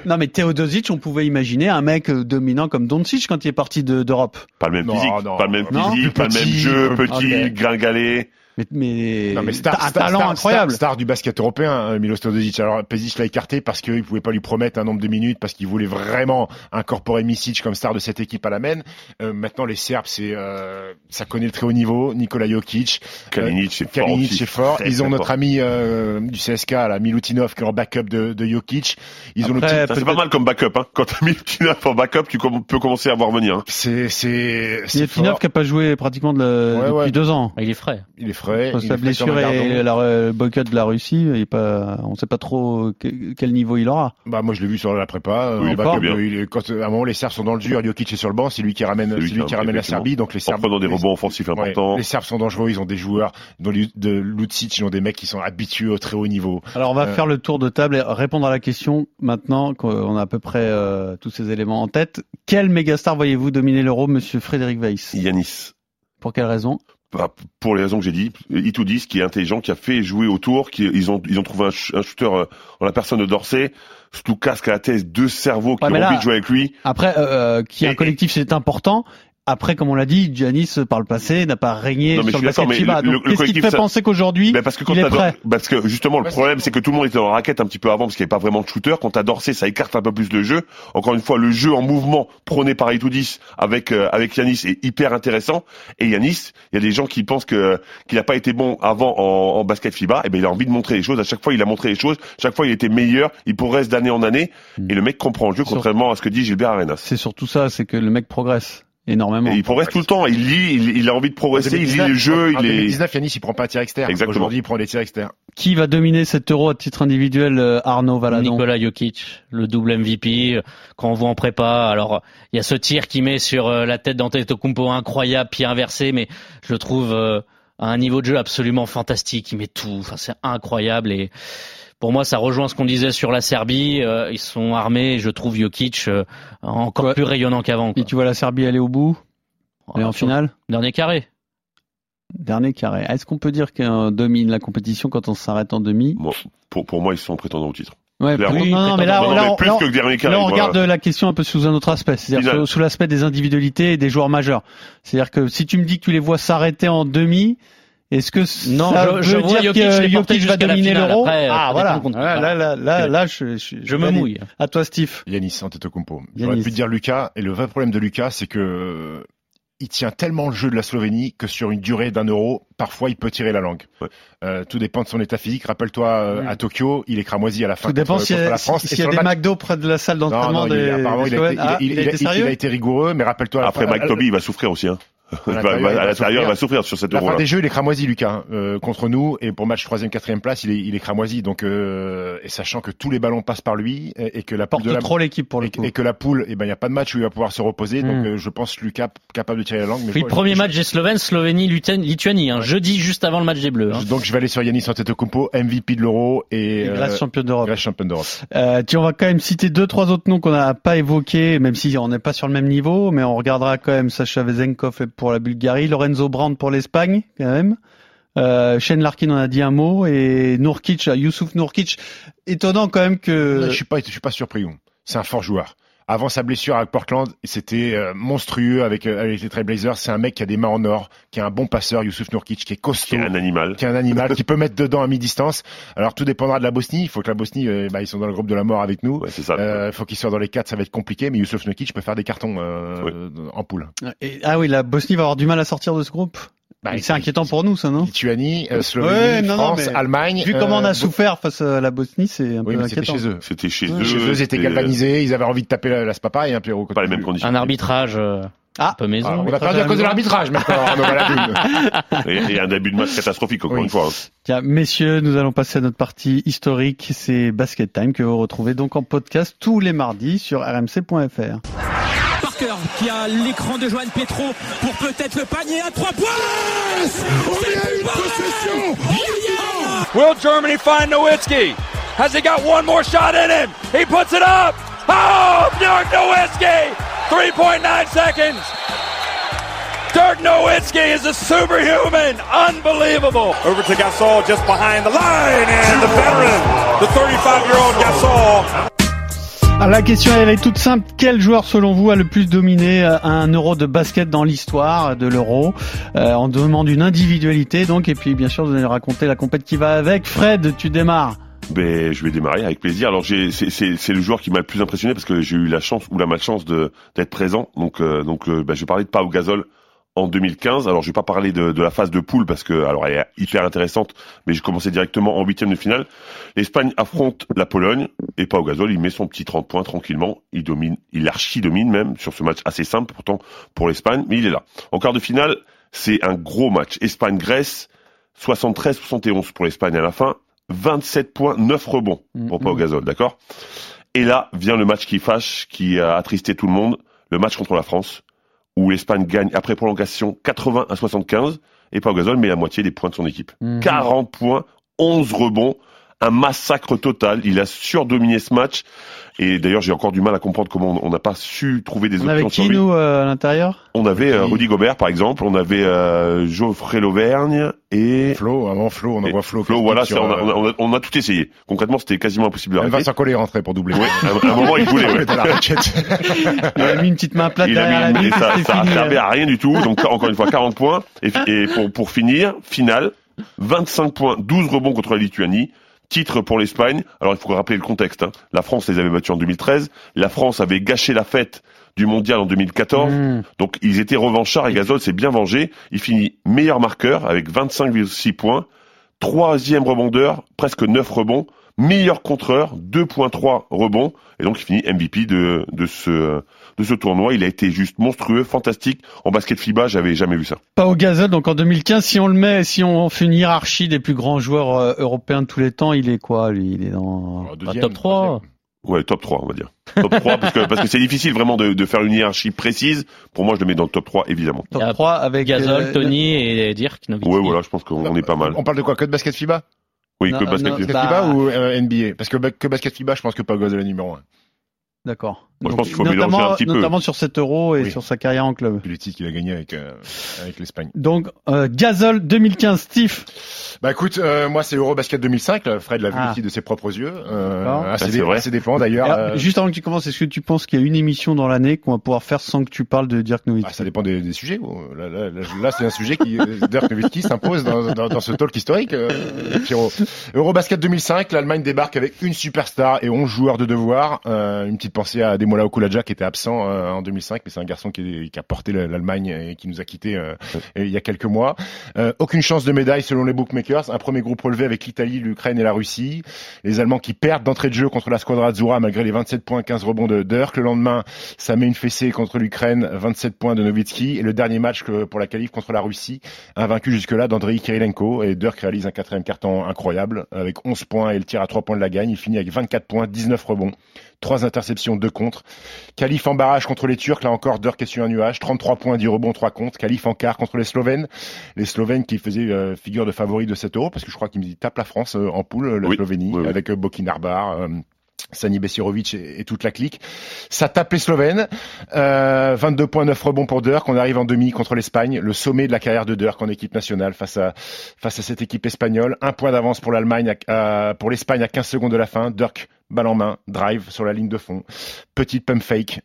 Non, mais Teodosic, on pouvait imaginer un mec euh, dominant comme Doncic quand il est parti de- d'Europe.
Pas le même
Non,
physique,
non.
pas le même
Non,
physique,
plus
pas le même
petit,
jeu,
euh,
petit,
ok.
gringalé.
Mais, mais,
Non mais star,
t'as un
star-
talent
star-
incroyable.
star, star du basket européen, hein, Milos Teodosic. Alors Pezic l'a écarté parce qu'il pouvait pas lui promettre un nombre de minutes parce qu'il voulait vraiment incorporer Misic comme star de cette équipe à la main. Euh, maintenant les Serbes, c'est euh, ça connaît le très haut niveau. Nikola Jokic, euh,
Kalinic, c'est fort.
Kalinic
aussi.
c'est fort.
Très,
Ils ont
très
notre
fort.
ami euh, du CSK, là, Milutinov, qui est en backup de, de Jokic. Ils ont le
Après,
petit-
Ça, C'est
peut-être-
pas mal comme backup. Hein. Quand t'as mis le Tinaf en backup, tu com- peux commencer à voir venir. Hein.
C'est c'est
Il y a
c'est
Finov
fort.
qui a pas joué pratiquement de la-
Ouais,
depuis
ouais.
deux ans.
Ah, il est frais.
Il est frais.
Parce
il
que la
est frais comme
blessure
un gardon.
et la- le boycott de la Russie, il est pas, on sait pas trop que- quel niveau il aura.
Bah moi je l'ai vu sur la prépa. euh,
Oui,
en
il est
backup,
pas bien.
il est- quand euh, à un moment les Serbes sont dans le dur, Jokic est sur le banc, c'est lui qui ramène,
C'est lui
c'est lui
qui
qui ramène la
effectivement.
Serbie. Donc les
En
Serbes
prenant des
les-
rebonds offensifs
ouais,
importants.
les Serbes sont dangereux, ils ont des joueurs dont Lu- de Lucic, ils ont des mecs qui sont habitués au très haut niveau.
Alors on va
Euh.
faire le tour de table et répondre à la question maintenant qu'on a à peu près euh, tous ces éléments en tête. Quel mégastar voyez-vous dominer l'euro, monsieur Frédéric Weiss
Yanis.
Pour quelle raison
Bah, pour les raisons que j'ai dit, E Itoudis qui est intelligent, qui a fait jouer autour, qui ils ont ils ont trouvé un, ch- un shooter euh, en la personne de Dorsey, Stukas qui a la thèse deux cerveaux qui
Ouais, mais
ont
là-
envie de jouer avec lui.
Après, euh, euh, qu'il y ait un
Et-
collectif, c'est important. Après, comme on l'a dit, Giannis, euh, par le passé, n'a pas régné
Non, mais
sur
je suis
le basket
d'accord, mais le-
FIBA.
le-
Donc,
le
qu'est-ce qui te
collectif,
fait
ça-
penser qu'aujourd'hui,
Ben, parce que quand
il est
t'as Dor-
prêt
parce que justement le
Parce-
problème c'est que tout le monde était en raquette un petit peu avant parce qu'il n'y avait pas vraiment de shooter. Quand t'as Dorsey, ça écarte un peu plus le jeu. Encore une fois, le jeu en mouvement prôné par Itoudis avec euh, avec Yanis est hyper intéressant. Et Yanis, il y a des gens qui pensent que qu'il n'a pas été bon avant en, en basket FIBA. Et ben il a envie de montrer les choses. À chaque fois, il a montré les choses. Chaque fois, il était meilleur. Il progresse d'année en année.
Mm.
Et le mec comprend le jeu,
Sur-
contrairement à ce que dit Gilbert Arenas.
C'est surtout ça, c'est que le mec progresse énormément.
Et il progresse tout le temps. Il lit, il, il a envie de progresser. Il lit le jeu.
en
Il est
2019, Yanis, il prend pas un tir externe.
Exactement.
Aujourd'hui, il prend des tirs externes.
Qui va dominer cet euro à titre individuel, euh, Arnaud Valadon
Nicolas Jokic, le double MVP, euh, quand on voit en prépa, alors il y a ce tir qui met sur euh, la tête d'Antetokounmpo incroyable, pied inversé, mais je le trouve euh, à un niveau de jeu absolument fantastique, il met tout, enfin c'est incroyable et pour moi ça rejoint ce qu'on disait sur la Serbie, euh, ils sont armés, et je trouve Jokic euh, encore
Ouais.
plus rayonnant qu'avant. quoi.
Et tu vois la Serbie aller au bout, aller en
Sur-
finale
Dernier carré.
Dernier carré. Est-ce qu'on peut dire qu'on domine la compétition quand on s'arrête en demi
Moi, pour, pour moi, ils sont prétendants au titre.
Ouais,
Clairement.
plus-
Oui,
non, non, mais
prétendant.
là,
Non, non,
là,
mais
on-
bah, plus
là, on-
que le dernier carré.
là, on
voilà.
regarde la question un peu sous un autre aspect, c'est-à-dire
Final.
sous, sous l'aspect des individualités et des joueurs majeurs. C'est-à-dire que si tu me dis que tu les vois s'arrêter en demi, est-ce que c-
Non,
ça
je-
veut
je vois
dire
Jokic
que
les porter
Jokic va
jusqu'à la
dominer
finale.
l'euro
Après,
Ah
ça
voilà.
dépend contre-
Là, là, là, là, là, je,
Je me
valide.
mouille.
À toi, Steve.
Yanis, Antetokounmpo. J'aurais
Yanis.
pu te dire Lucas. Et le vrai problème de Lucas, c'est que euh, il tient tellement le jeu de la Slovénie que sur une durée d'un euro, parfois il peut tirer la langue.
Ouais.
Euh, tout dépend de son état physique. Rappelle-toi, euh,
Mm.
à Tokyo, il est cramoisi à la fin.
Tout dépend
contre-
s'il y
contre euh, la
a,
France.
s'il
Et
y a
sur le
des
match-
McDo près de la salle
Non,
d'entraînement
non, il,
des.
apparemment,
des
il a,
Slovènes.
été,
Ah,
il- il-
il a été
il- il a
sérieux
été rigoureux, mais rappelle-toi.
Après,
la-
Mike
la-
Toby, il va souffrir aussi. Hein. va- va-
euh, il va
à l'intérieur,
souffrir.
il va souffrir sur cette
La
euro
fin
là.
des jeux, il est cramoisi, Lucas, euh, contre nous. Et pour match 3 quatrième place, il est, il est cramoisi. Donc, euh, et sachant que tous les ballons passent par lui et, et que la poule
Porte
de la
trop l'équipe pour le
et,
coup. Hmm.
et que la poule, eh ben, il n'y a pas de match où il va pouvoir se reposer. Donc,
Mm.
euh, je pense Lucas capable de tirer la langue. Mais
Puis
je-
le premier
je-
match des Slovènes, Slovénie, Lutène- Lituanie, hein, jeudi juste avant le match des Bleus. hein.
je- donc, je vais aller sur Yanis Antetokounmpo, MVP de l'Euro et,
Et Grèce
euh,
championne d'Europe.
Grèce championne d'Europe.
Euh, tiens, on va quand même citer deux, trois autres noms qu'on n'a pas évoqués, même si on n'est pas sur le même niveau, mais on regardera quand même Sacha Vezenkov pour la Bulgarie, Lorenzo Brand pour l'Espagne, quand même. Euh, Shane Larkin en a dit un mot et Nourkic, euh, Youssouf Nourkic. Étonnant quand même
Euh,
que.
Je suis pas, je suis pas surpris. Gon. C'est un fort joueur. Avant sa blessure à Portland, c'était euh, monstrueux avec, euh, avec les Trailblazers. C'est un mec qui a des mains en or, qui est un bon passeur, Youssouf Nurkic, qui est
qui
costaud,
est un animal.
qui est un animal, qui peut mettre dedans à mi-distance. Alors tout dépendra de la Bosnie. Il faut que la Bosnie, euh, bah, ils sont dans le groupe de la mort avec nous.
Ouais, c'est ça.
Euh, Il faut qu'ils soient dans les quatre, ça va être compliqué. Mais Youssouf Nurkic peut faire des cartons euh, en poule.
Et- ah oui, la Bosnie va avoir du mal à sortir de ce groupe.
Bah,
c'est inquiétant pour nous, ça, non
Lituanie, euh, Slovénie,
Ouais, non, non,
France,
mais
Allemagne.
Vu comment on
euh,
a souffert face à la Bosnie, c'est un
Oui,
peu
mais c'était
inquiétant.
chez eux.
C'était chez
Chez
eux.
eux, ils étaient
c'était euh,
galvanisés, ils avaient envie de taper la, la spapa et un Pierrot.
Pas les mêmes conditions.
Un arbitrage euh,
Ah.
un peu maison.
Alors, on a
Arbitrage
perdu
à
à cause de
la
l'arbitrage maintenant. Arnaud Balladoune.
Et, et un début de match catastrophique, encore
Oui.
une fois. hein.
Tiens, messieurs, nous allons passer à notre partie historique. C'est Basket Time que vous retrouvez donc en podcast tous les mardis sur rmc.fr.
Parker qui a l'écran de Johan Petro pour peut-être le panier à trois points. On a une possession.
Will Germany find Nowitzki? Has he got one more shot in him? He puts it up. Oh, Dirk Nowitzki! 3.9 seconds. Dirk Nowitzki is a superhuman. Unbelievable. Over to Gasol just behind the line. And the veteran, the 35 year old Gasol,
Alors, la question elle est toute simple. Quel joueur selon vous a le plus dominé euh, un euro de basket dans l'histoire de l'euro Euh, On demande une individualité donc et puis bien sûr vous allez raconter la compète qui va avec. Fred, tu démarres.
Ben, je vais démarrer avec plaisir. Alors, j'ai, c'est, c'est, c'est le joueur qui m'a le plus impressionné parce que j'ai eu la chance ou la malchance de d'être présent. Donc, euh, donc, euh, ben, je vais parler de Pau Gasol en 2015. Alors, je vais pas parler de, de la phase de poule parce que, alors, elle est hyper intéressante, mais je commençais directement en huitième de finale. L'Espagne affronte la Pologne et Pau Gasol, il met son petit 30 points tranquillement. Il domine, il archi domine même sur ce match assez simple pourtant pour l'Espagne, mais il est là. En quart de finale, c'est un gros match. Espagne-Grèce, 73-71 pour l'Espagne à la fin. 27 points, 9 rebonds pour
Mm, Mm-hmm.
Pau Gasol, d'accord Et là vient le match qui fâche, qui a attristé tout le monde, le match contre la France, où l'Espagne gagne après prolongation 80 à 75, et Pau Gasol met la moitié des points de son équipe.
Mm-hmm. mm.
40 points, 11 rebonds, un massacre total, il a surdominé ce match, et d'ailleurs j'ai encore du mal à comprendre comment on- on n'a pas su trouver des
On
options
avait
sur
qui
lui.
nous euh, à l'intérieur
On avait euh, Rudy Gobert par exemple, on avait euh, Geoffrey Lauvergne et
Flo, avant Flo, on
Et
envoie Flo.
Flo,
Kestic
voilà, c'est-
sur,
on, a,
euh,
on a- on a- on a tout essayé. Concrètement, c'était quasiment impossible
Même
d'arrêter.
Vincent Collet est rentré pour doubler.
Ouais, à, à un moment, il voulait. ouais.
Mettre la raquette.
Il a mis une petite main plate
Il
derrière
a
la
mis, mais
bite,
ça,
c'est
ça
fini. euh.
servait à rien du tout. Donc, encore une fois, 40 points. Et, fi- et pour, pour finir, finale, 25 points, 12 rebonds contre la Lituanie. Titre pour l'Espagne. Alors, il faut rappeler le contexte. hein. La France les avait battus en 2013. La France avait gâché la fête du mondial en 2014.
Mmh.
Donc ils étaient revanchards et Gasol s'est bien vengé. Il finit meilleur marqueur avec 25,6 points, troisième rebondeur, presque 9 rebonds, meilleur contreur, 2,3 rebonds et donc il finit MVP de, de ce de ce tournoi. Il a été juste monstrueux, fantastique. En basket FIBA, j'avais jamais vu ça.
Pas au Gasol, donc en 2015, si on le met, si on fait une hiérarchie des plus grands joueurs euh, européens de tous les temps, il est quoi lui Il est dans
Alors,
Bah,
deuxième,
top 3.
troisième.
Ouais, top 3, on va dire. Top 3 parce que parce que c'est difficile vraiment de, de faire une hiérarchie précise. Pour moi, je le mets dans le top 3 évidemment.
top
Il y a
3 avec
Gasol,
euh,
Tony et Dirk Nowitzki.
Ouais, voilà, je pense qu'on est pas mal.
On parle de quoi Que de basket FIBA
Oui,
Non,
que basket.
non,
FIBA.
Basket
Bah.
FIBA ou euh, NBA Parce que ba- que basket FIBA, je pense que Pagos est le numéro 1.
D'accord.
Moi, je
Donc,
pense qu'il faut
notamment,
mélanger un petit peu.
notamment sur cet euro et
Oui.
sur sa carrière en club.
Puis le titre qu'il a gagné avec, euh, avec l'Espagne.
Donc, euh, Gasol 2015, Steve.
Bah écoute, euh, moi c'est Eurobasket 2005. là, Fred l'a vu
Ah.
aussi de ses propres yeux.
D'accord.
Euh, assez,
Ah, c'est
dé-
vrai.
assez dépend d'ailleurs.
Alors,
euh,
juste avant que tu commences, est-ce que tu penses qu'il y a une émission dans l'année qu'on va pouvoir faire sans que tu parles de Dirk Nowitzki
Ah, ça dépend des, des sujets. gros. Là, là, là, là, c'est un sujet qui euh, Dirk Nowitzki s'impose dans, dans, dans ce talk historique. euh, Pierrot. Eurobasket 2005, l'Allemagne débarque avec une superstar et 11 joueurs de devoir. Euh, une petite pensée à des Mola Okulaja qui était absent euh, en 2005, mais c'est un garçon qui, est- qui a porté la- l'Allemagne et qui nous a quittés euh, il y a quelques mois. Euh, aucune chance de médaille selon les bookmakers. Un premier groupe relevé avec l'Italie, l'Ukraine et la Russie. Les Allemands qui perdent d'entrée de jeu contre la Squadra Azzurra malgré les 27 points, 15 rebonds de Dirk. Le lendemain, ça met une fessée contre l'Ukraine, 27 points de Nowitzki. Et le dernier match que- pour la qualif contre la Russie, invaincu jusque-là d'Andrei Kirilenko. Et Dirk réalise un quatrième carton incroyable avec 11 points et le tir à 3 points de la gagne. Il finit avec 24 points, 19 rebonds. Trois interceptions, deux contre. Calif en barrage contre les Turcs. Là encore, Dirk est sur un nuage. 33 points, 10 rebonds, trois contre. Calif en quart contre les Slovènes. Les Slovènes qui faisaient euh, figure de favori de 7 euros parce que je crois qu'ils me disent tape la France euh, en poule, euh, la
Oui.
Slovénie,
Oui, oui.
avec euh, Bokin Arbar. euh, Sani Besirovic et, et toute la clique. Ça tape les Slovènes. Euh, 22 points, 9 rebonds pour Dirk. On arrive en demi contre l'Espagne. Le sommet de la carrière de Dirk en équipe nationale face à, face à cette équipe espagnole. Un point d'avance pour l'Allemagne, à- à- pour l'Espagne à 15 secondes de la fin. Dirk, balle en main, drive sur la ligne de fond. Petite pump fake.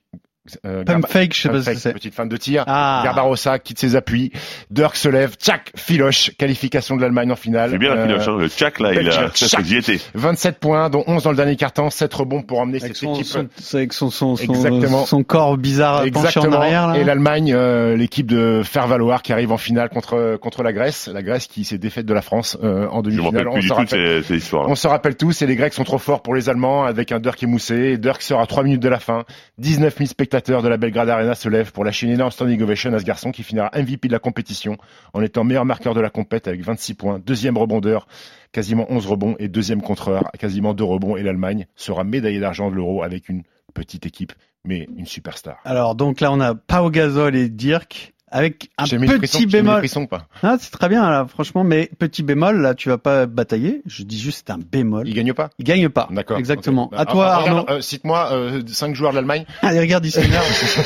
Euh,
Pump
Garba-
fake, je sais pas
pump
ce que
fake,
c'est.
petite fin de tir.
Ah.
Garbarossa quitte ses appuis. Dirk se lève. Tchac, filoche. Qualification de l'Allemagne en finale.
C'est bien la
Euh,
piloche, hein. Le tchac, là, il a,
Belgique,
ça, ça, j'y étais.
27 points, dont 11 dans le dernier quart-temps, 7 rebonds pour emmener
Avec
cette
son,
équipe. euh,
son, avec son, son, son-
Exactement.
son corps bizarre penché en arrière. Là.
Et l'Allemagne, euh, l'équipe de faire valoir qui arrive en finale contre contre la Grèce, la Grèce qui s'est défaite de la France euh, en
Je me
demi-finale.
rappelle
On
plus du
se
tout de
rappelle-
ces, ces histoires.
on se rappelle tous, et les Grecs sont trop forts pour les Allemands avec un Dirk émoussé. Et Dirk sort à 3 minutes de la fin. 19 000 spectateurs de la Belgrade Arena se lèvent pour lâcher une énorme standing ovation à ce garçon qui finira MVP de la compétition en étant meilleur marqueur de la compète avec 26 points, deuxième rebondeur, quasiment 11 rebonds et deuxième contreur, quasiment 2 rebonds. Et l'Allemagne sera médaillée d'argent de l'Euro avec une petite équipe, mais une superstar.
Alors donc là on a Pau Gasol et Dirk avec un
J'ai mis le frisson,
petit
j'ai mis le
bémol.
frisson, pas.
Ah, c'est très bien là, franchement, mais petit bémol là, tu vas pas batailler. Je dis juste c'est un bémol.
Il gagne pas.
Il gagne pas.
D'accord.
Ah, Exactement.
Ok.
À toi
Ah, regarde,
Arnaud.
euh, Cite-moi 5 joueurs de l'Allemagne.
Allez regarde il s'énerve.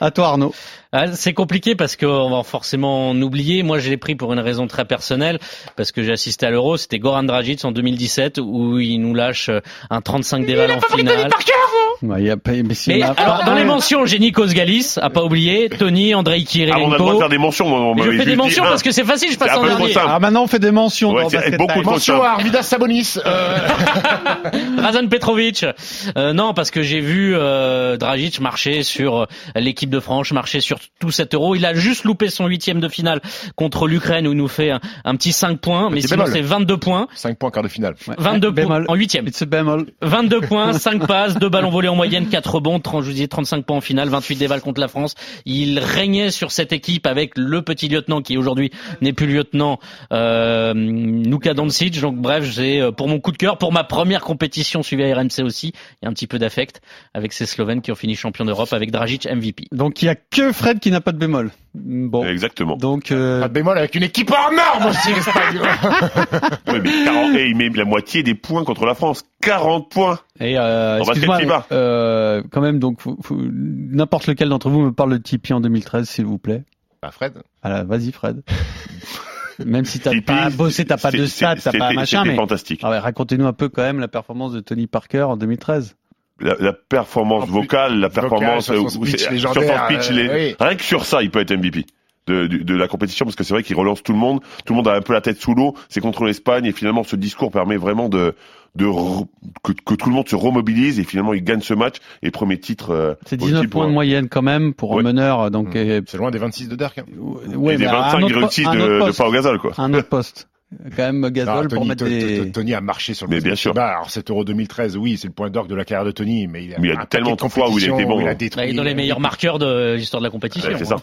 à toi Arnaud.
Ah, c'est compliqué parce qu'on va forcément en oublier. Moi, je l'ai pris pour une raison très personnelle, parce que j'ai assisté à l'Euro. C'était Goran Dragic en 2017, où il nous lâche euh, un 35 déval en finale.
Ouais, il Bah, y a pas- mais si
Mais
on a
alors,
pas-
dans les mentions, j'ai Nikos Galis, à pas oublier, Tony, Andrei
Ah, on a le droit de
Kirilenko.
faire des mentions, moi, on
Mais
m'avait
je fais des
juste dit
mentions
un.
parce que c'est facile, je passe
C'est un
en
peu trop
dernier.
simple.
Ah, maintenant on fait des mentions
Ouais,
dans
c'est-
Basket
beaucoup
Time.
trop
Mention à Arvidas Sabonis. euh,
Razan Petrovic. Euh, non, parce que j'ai vu euh, Dragic marcher sur euh, l'équipe de France, marcher sur tout cet euro. Il a juste loupé son huitième de finale contre l'Ukraine où il nous fait un, un petit 5 points, mais
Petit
sinon
bémol.
c'est 22 points.
5 points quart de finale.
Ouais.
22 points
bémol.
en huitième.
It's a bémol.
22 points, 5 passes, 2 ballons volés en moyenne, 4 rebonds, 30, je vous disais, 35 points en finale, 28 dévals contre la France. Il régnait sur cette équipe avec le petit lieutenant qui aujourd'hui n'est plus lieutenant, euh, Nuka Doncic. Donc bref, j'ai euh, pour mon coup de cœur, pour ma première compétition suivie à RMC aussi, il y a un petit peu d'affect avec ces Slovènes qui ont fini champion d'Europe avec Dragic MVP.
Donc il y a que Fred qui n'a pas de bémol. Bon.
Exactement.
Donc euh,
Pas de bémol avec une équipe en norme aussi, l'Espagne.
Ouais, mais 40 et il met la moitié des points contre la France. 40 points.
Et euh,
On va se
excuse-moi,
faire le petit
euh, quand même, donc faut- faut- n'importe lequel d'entre vous me parle de Tipeee en 2013, s'il vous plaît.
Bah, Fred.
Alors, vas-y, Fred. même si t'as
Tipeee,
pas bossé, t'as pas de
c'est-
stats,
c'est-
t'as pas
c'était-
machin,
c'était
mais
fantastique.
Ah ouais, racontez-nous un peu quand même la performance de Tony Parker en 2013.
La, la performance
En Ah, plus,
vocale, la
vocale,
performance
sur son
euh,
speech
c'est- sur
légendaire,
son speech,
euh,
les-
oui.
rien que sur ça, il peut être MVP de, de, de la compétition parce que c'est vrai qu'il relance tout le monde. Tout le monde a un peu la tête sous l'eau. C'est contre l'Espagne et finalement ce discours permet vraiment de de re- que, que tout le monde se remobilise et finalement il gagne ce match et premier titre. euh,
C'est
au
19
titre,
points de
euh,
moyenne quand même pour un
Ouais. Mmh.
meneur, donc euh,
C'est loin des 26 de Dirk. hein.
ouais,
et des
mais à un autre
25
po-
réussis
un autre
de, de
poste.
Pau Gasol quoi. Ah,
Un autre poste, quand même Gasol
Non,
pour
Tony,
mettre
To-
des.
To- Tony a marché sur le
Mais
poste
bien
de
sûr.
Fiba. Alors, cet Euro 2013, oui, c'est le point d'orgue de la carrière de Tony, mais il a,
Mais il y a
un
tellement
paquet
de fois où il a été
compétitions,
bon,
il a
hein.
détruit- euh,
Là, il est dans Bah, les meilleurs marqueurs de l'histoire de la compétition.
Ouais, c'est ça.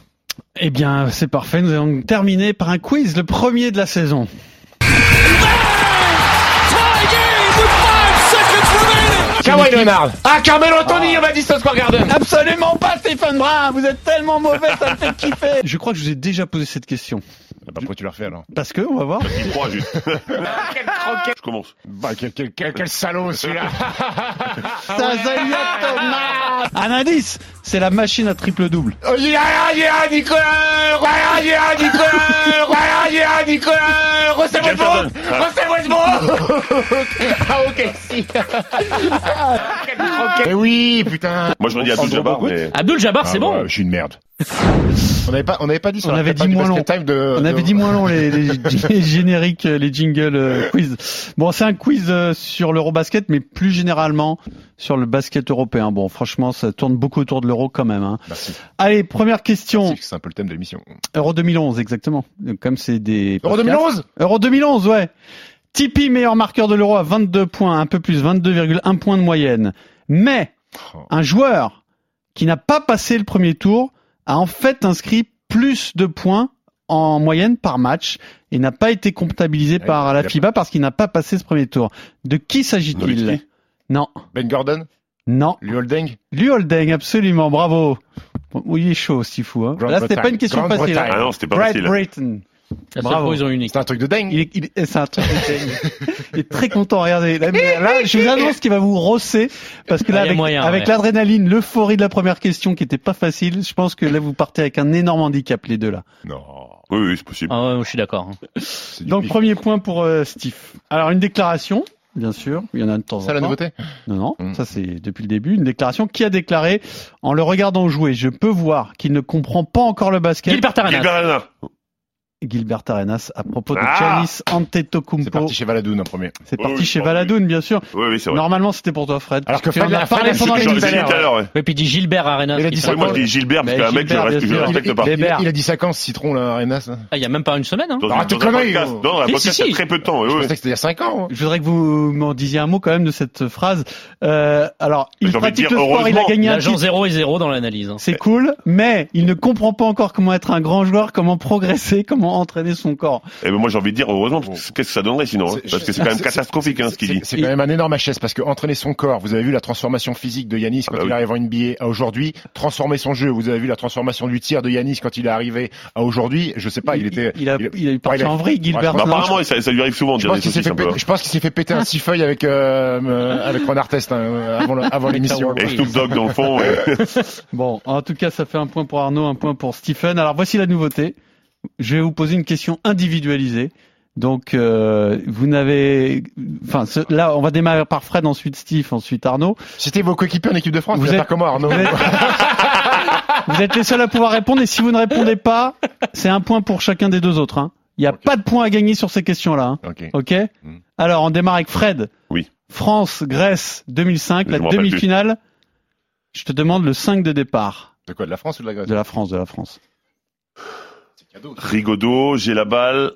Eh bien, c'est parfait. Nous allons terminer par un quiz, le premier de la saison.
Kawhi Leonard. Ah, Carmelo Anthony, on m'a dit Square Garden.
Absolument pas, Stéphane Brun. Vous êtes tellement mauvais, ça me fait kiffer. Je crois que je vous ai déjà posé cette question.
bah, pourquoi tu le refais, alors?
Parce que, on va voir.
Il croit juste. Je commence.
Bah, quel, quel, quel, quel salaud, celui-là.
Tazalia Thomas. Un indice, c'est la machine à triple double.
Oh, il y a, il y a, Nicolas! Voilà, il y a, Nicolas! Voilà, il y a, Nicolas! Russell Westbrook! Russell Westbrook! Ah, ok, si! Ah, Quel Eh oui, putain.
Moi, j'aurais dit Abdul Jabbar, mais.
Abdul Jabbar, c'est
Ah,
bon.
ouais, Je suis une merde. on n'avait pas, on n'avait pas dit. Sur
On
la
avait
prépa
dit
du
moins
basket Time de,
On
de-
avait dit moins long les, les- les génériques, euh, les jingles euh, quiz. Bon, c'est un quiz euh, sur l'Eurobasket, mais plus généralement sur le basket européen. Bon, franchement, ça tourne beaucoup autour de l'Euro quand même. hein.
Merci.
Allez, première question.
Merci, C'est un peu le thème de l'émission.
Euro 2011, exactement. Donc, Comme c'est des...
Euro
podcasts-
2011
Euro 2011, ouais. Tipeee, meilleur marqueur de l'Euro à 22 points, un peu plus, 22,1 points de moyenne. Mais
Oh.
un joueur qui n'a pas passé le premier tour a en fait inscrit plus de points en moyenne par match et n'a pas été comptabilisé
Ah, il
par
a-
la
il a
FIBA parce qu'il n'a pas passé ce premier tour. De qui s'agit-il
Nowitzki
Non,
Ben Gordon,
non.
Lou Holding,
Lu Holding, absolument, bravo. Bon, oui, il est chaud, ce fou. Hein. Là, c'était pas une question
Grande-Bretagne.
facile. hein.
Ah non, c'était pas
Great
facile.
Britain.
La seule
Bravo.
fois où ils ont une équipe.
C'est un truc de dingue.
Il est, il est- c'est un truc de dingue. Il est très content, regardez. Là, mais là, je vous annonce qu'il va vous rosser parce que là,
Ah, il y a
avec,
moyen,
avec
ouais.
l'adrénaline, l'euphorie de la première question qui était pas facile, je pense que là, vous partez avec un énorme handicap, les deux là.
Non.
Oui, oui, c'est possible.
Ah ouais, je suis d'accord.
c'est du
Donc,
pic.
premier point pour euh, Steve. Alors, une déclaration. Bien sûr, il y en a de temps en
C'est
temps.
ça la nouveauté.
Non, non,
Mm.
ça c'est depuis le début. Une déclaration qui a déclaré, en le regardant jouer, je peux voir qu'il ne comprend pas encore le basket.
Gilbert
Gilbert
Arenas.
Lana.
Gilbert Arenas à propos de
Ah
Giannis
C'est
Antetokounmpo.
parti Oh chez Valadoun en premier.
C'est
Oui,
parti
oui,
chez
je pense,
Valadoun, bien sûr.
Oui, oui, c'est vrai.
Normalement, c'était pour toi, Fred.
Alors que
Parce on
Fred
en
l'a-
a
Fred
parlé
l'a
pendant
cité
les
sur
J'en ai
Gilbert
dit
minutes.
tout à l'heure, ouais.
Et puis il dit Gilbert Arenas.
Il a
qui
dit
parle.
Oui, moi, je dis Gilbert, parce
Mais
qu'un mec, je le
Gilbert,
reste- je
bien
le
sûr.
respecte
Il-
pas.
il- Bébert.
Il a dit ça quand Citron, là, Arenas là
Ah, il y a même pas une semaine. Hein.
Dans
Ah,
un
t'es
dans un
connerie,
podcast,
oh.
non, dans un
Si,
podcast,
si,
il y
si.
a très peu de temps. oui,
Je
oui.
pensais que c'était il y a 5 ans. hein.
Je voudrais que vous m'en disiez un mot quand même de cette phrase. Euh, alors, il
J'ai envie de
pratique
dire,
le sport, il a
heureusement.
gagné un
L'agent
titre.
0 et 0 dans l'analyse. hein.
C'est cool, mais il ne comprend pas encore comment être un grand joueur, comment progresser, comment entraîner son corps.
Eh ben, moi, j'ai envie de dire, heureusement, parce que qu'est-ce que ça donnerait sinon, hein
C'est-
Parce que c'est quand même
c'est-
catastrophique, hein, ce qu'il dit.
C'est c'est quand même un énorme HS parce que entraîner son corps, vous avez vu la transformation physique de Yanis quand
bah
il
oui.
arrive en NBA à aujourd'hui, transformer son jeu, vous avez vu la transformation du tir de Yanis quand il est arrivé à aujourd'hui, je sais pas, Bah, il, était
il a, il a, il a parti
ouais, il a-
en vrille, Gilbert.
Bah,
Non,
apparemment, ça, ça lui arrive souvent de
je
dire
pense
des
qu'il s'est
saucisses
fait,
un peu.
péter- je pense qu'il s'est fait
Ah.
péter un six-feuille avec euh, euh, avec Ron Artest hein, avant le- avant l'émission.
Et Snoop Dogg dans le fond. ouais.
Bon, en tout cas, ça fait un point pour Arnaud, un point pour Stephen. Alors voici la nouveauté. Je vais vous poser une question individualisée. Donc, euh, vous n'avez, enfin, ce- là, on va démarrer par Fred, ensuite Steve, ensuite Arnaud.
C'était vos coéquipiers en équipe de France,
Vous
vous allez
êtes-
faire comment Arnaud
Vous êtes... Vous êtes les seuls à pouvoir répondre et si vous ne répondez pas, c'est un point pour chacun des deux autres. hein. Il n'y a pas de point à gagner sur ces questions-là. hein.
Ok.
Ok
Mm.
Alors, on démarre avec Fred.
Hmm. Oui.
France, Grèce, 2005,
Je
la
me rappelle plus.
demi-finale. Je te demande le 5 de départ
De quoi De la France ou de la Grèce
de la France, de la France.
C'est cadeau.
Rigodo, J'ai la balle,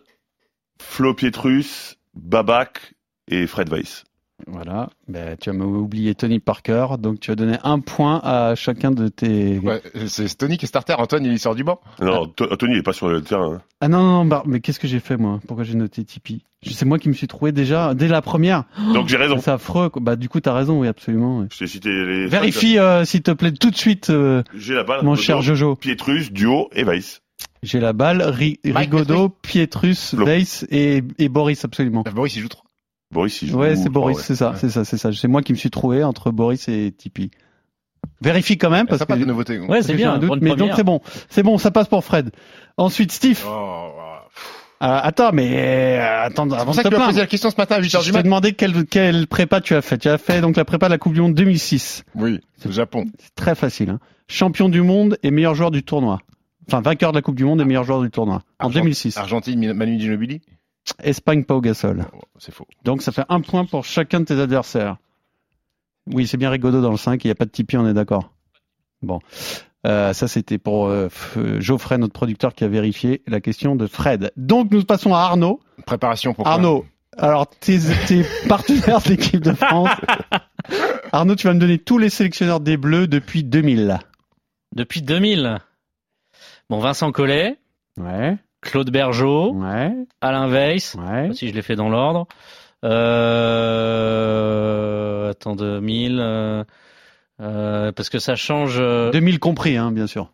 Flo Pietrus, Babac et Fred Weiss.
Voilà. Ben, tu as oublié Tony Parker, donc tu as donné un point à chacun de tes...
Ouais, euh, c'est Tony qui est starter, Antoine il sort du banc.
Non, To- Tony, il est pas sur le terrain. hein.
Ah non, non, non, bah, mais qu'est-ce que j'ai fait moi Pourquoi j'ai noté Tipeee Je- C'est moi qui me suis trouvé déjà, dès la première.
Donc j'ai raison.
C'est affreux. quoi. Bah, du coup, t'as raison, oui, absolument. oui.
Je t'ai cité les.
Vérifie, euh, s'il te plaît, tout de suite, euh,
J'ai
Ah,
la balle.
mon
Rigodo,
cher Jojo.
Pietrus, Duo et Weiss.
J'ai la balle. Ri-
Mike
Rigodo, Pietrus,
Flo.
Weiss et, et Boris, absolument.
Ah, Boris il joue 3.
Boris, il joue.
Ouais,
je
ah
c'est
crois,
Boris,
ouais.
c'est ça, c'est ça, c'est ça. C'est moi qui me suis trouvé entre Boris et Tipeee. Vérifie quand même, parce
Ah, Ça pas de
que.
nouveauté.
Ouais,
parce
c'est
que j'ai
bien.
un doute,
pour une
mais donc
première.
c'est bon, c'est bon, ça passe pour Fred. Ensuite Steve.
Oh,
Euh, attends, mais euh, attends,
C'est
avant
pour
de
ça
te
que tu m'as
plaindre,
posé la question ce matin à 8h
je
du
t'ai
matin.
demandé quelle, quelle prépa tu as fait. Tu as fait donc la prépa de la Coupe du Monde 2006.
Oui, le Japon.
C'est très facile. Hein. Champion du monde et meilleur joueur du tournoi. Enfin, vainqueur de la Coupe du Monde et meilleur joueur du tournoi. En
Argent-
2006.
Argentine, Manu Ginobili
Espagne, Pau Gasol.
Oh, C'est faux.
Donc ça fait un point pour chacun de tes adversaires. Oui, c'est bien Rigodo dans le 5, il n'y a pas de Tipeee, on est d'accord. Bon. Euh, ça, c'était pour euh, F- euh, Geoffrey, notre producteur, qui a vérifié la question de Fred. Donc, nous passons à Arnaud.
Préparation pour
Arnaud, alors, tes, tes partenaires de l'équipe de France. Arnaud, tu vas me donner tous les sélectionneurs des Bleus depuis 2000.
Depuis 2000. Bon, Vincent Collet,
Ouais,
Claude Bergeau,
ouais,
Alain Weiss,
ouais.
si je les fais dans l'ordre. Euh... Attends, 2000. euh, euh, parce que ça change. euh,
2000 compris, hein, bien sûr.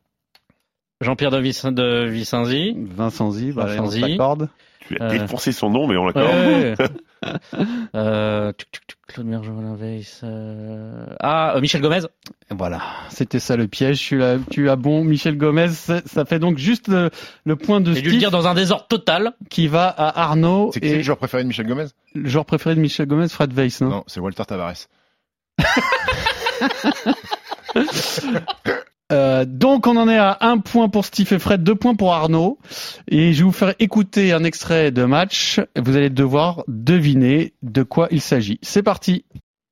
Jean-Pierre de, Vicin- de Vicenzi.
Vincent Z, voilà, on
Vincenzi.
s'accorde.
Tu as
Euh.
défoncé son nom, mais on l'a quand
Ouais,
même.
ouais, ouais. Euh, tuc, tuc, tuc, Claude Mergeau, Alain Weiss. euh, Ah, euh, Michel Gomez.
Et Voilà, c'était ça le piège. Tu là, tu as bon, Michel Gomez. Ça ça fait donc juste le, le point de
J'ai dû le
Steve
dire dans un désordre total.
qui va à Arnaud
C'est qui
et
le joueur préféré de Michel Gomez
le joueur préféré de Michel Gomez, Fred Weiss. Non
Non, c'est Walter Tavares.
Euh, donc on en est à un point pour Steve et Fred, deux points pour Arnaud. Et je vais vous faire écouter un extrait de match. Vous allez devoir deviner de quoi il s'agit. C'est parti.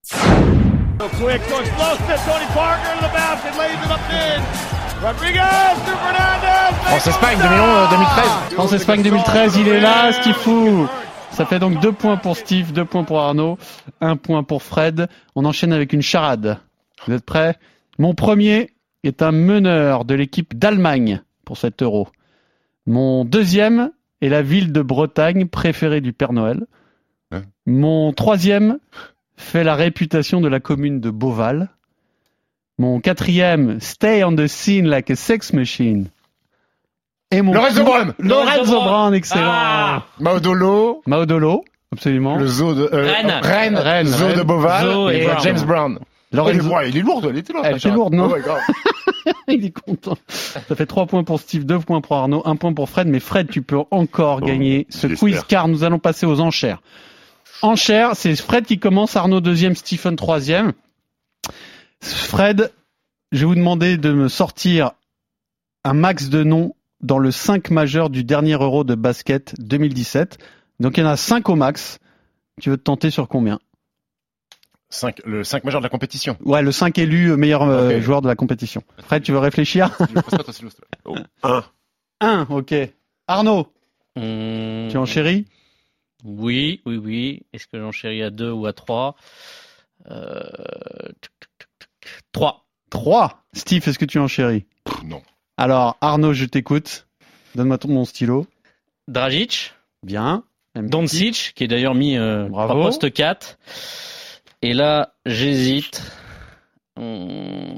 Quick looks low, spin, Tony Parker to the basket, lays it up in. Rodriguez to Fernandez.
France-Espagne
euh,
2011, 2013.
France-Espagne 2013, il est là, Stifou. Ça fait donc deux points pour Steve, deux points pour Arnaud, un point pour Fred. On enchaîne avec une charade. Vous êtes prêts Mon premier est un meneur de l'équipe d'Allemagne pour cet euro. Mon deuxième est la ville de Bretagne préférée du Père Noël.
Hein
Mon troisième fait la réputation de la commune de Beauval. Mon quatrième, Stay on the scene like a sex machine. Et mon
Lorenzo
quin-
Brown.
Lorenzo
Lorenzo
Brown, excellent
Ah
Maudolo,
Maudolo, absolument.
le zoo de euh,
Rennes.
Rennes,
Rennes,
zoo
Rennes.
de Beauval
Zoo et
et
Brown.
James Brown. Oh, il, est,
Lorenzo,
ouais, il est lourde, il était lourde.
Elle
la
était
charade.
lourde, non
Oh my God.
il est content. Ça fait 3 points pour Steve, 2 points pour Arnaud, 1 point pour Fred. Mais Fred, tu peux encore
Oh,
gagner ce
j'espère.
quiz car nous allons passer aux enchères. Enchères, c'est Fred qui commence, Arnaud deuxième, Stephen troisième. Fred, je vais vous demander de me sortir un max de noms dans le 5 majeur du dernier Euro de basket 2017. Donc il y en a 5 au max. Tu veux te tenter sur combien
Cinq- le 5 majeur de la compétition.
Ouais, le 5 élu meilleur euh,
Ok.
joueur de la compétition. Fred, tu veux réfléchir
Je passe pas ton stylo, s'il te plaît.
1, ok. Arnaud,
Mmh.
tu enchéris
Oui, oui, oui. Est-ce que j'enchéris à 2 ou à 3 euh... 3.
3. Steve, est-ce que tu enchéris
Non.
Alors, Arnaud, je t'écoute. Donne-moi ton, mon stylo.
Dragic.
Bien. Un petit-
Doncic, qui est d'ailleurs mis euh,
Bravo.
par poste 4. Et là, j'hésite. Hum,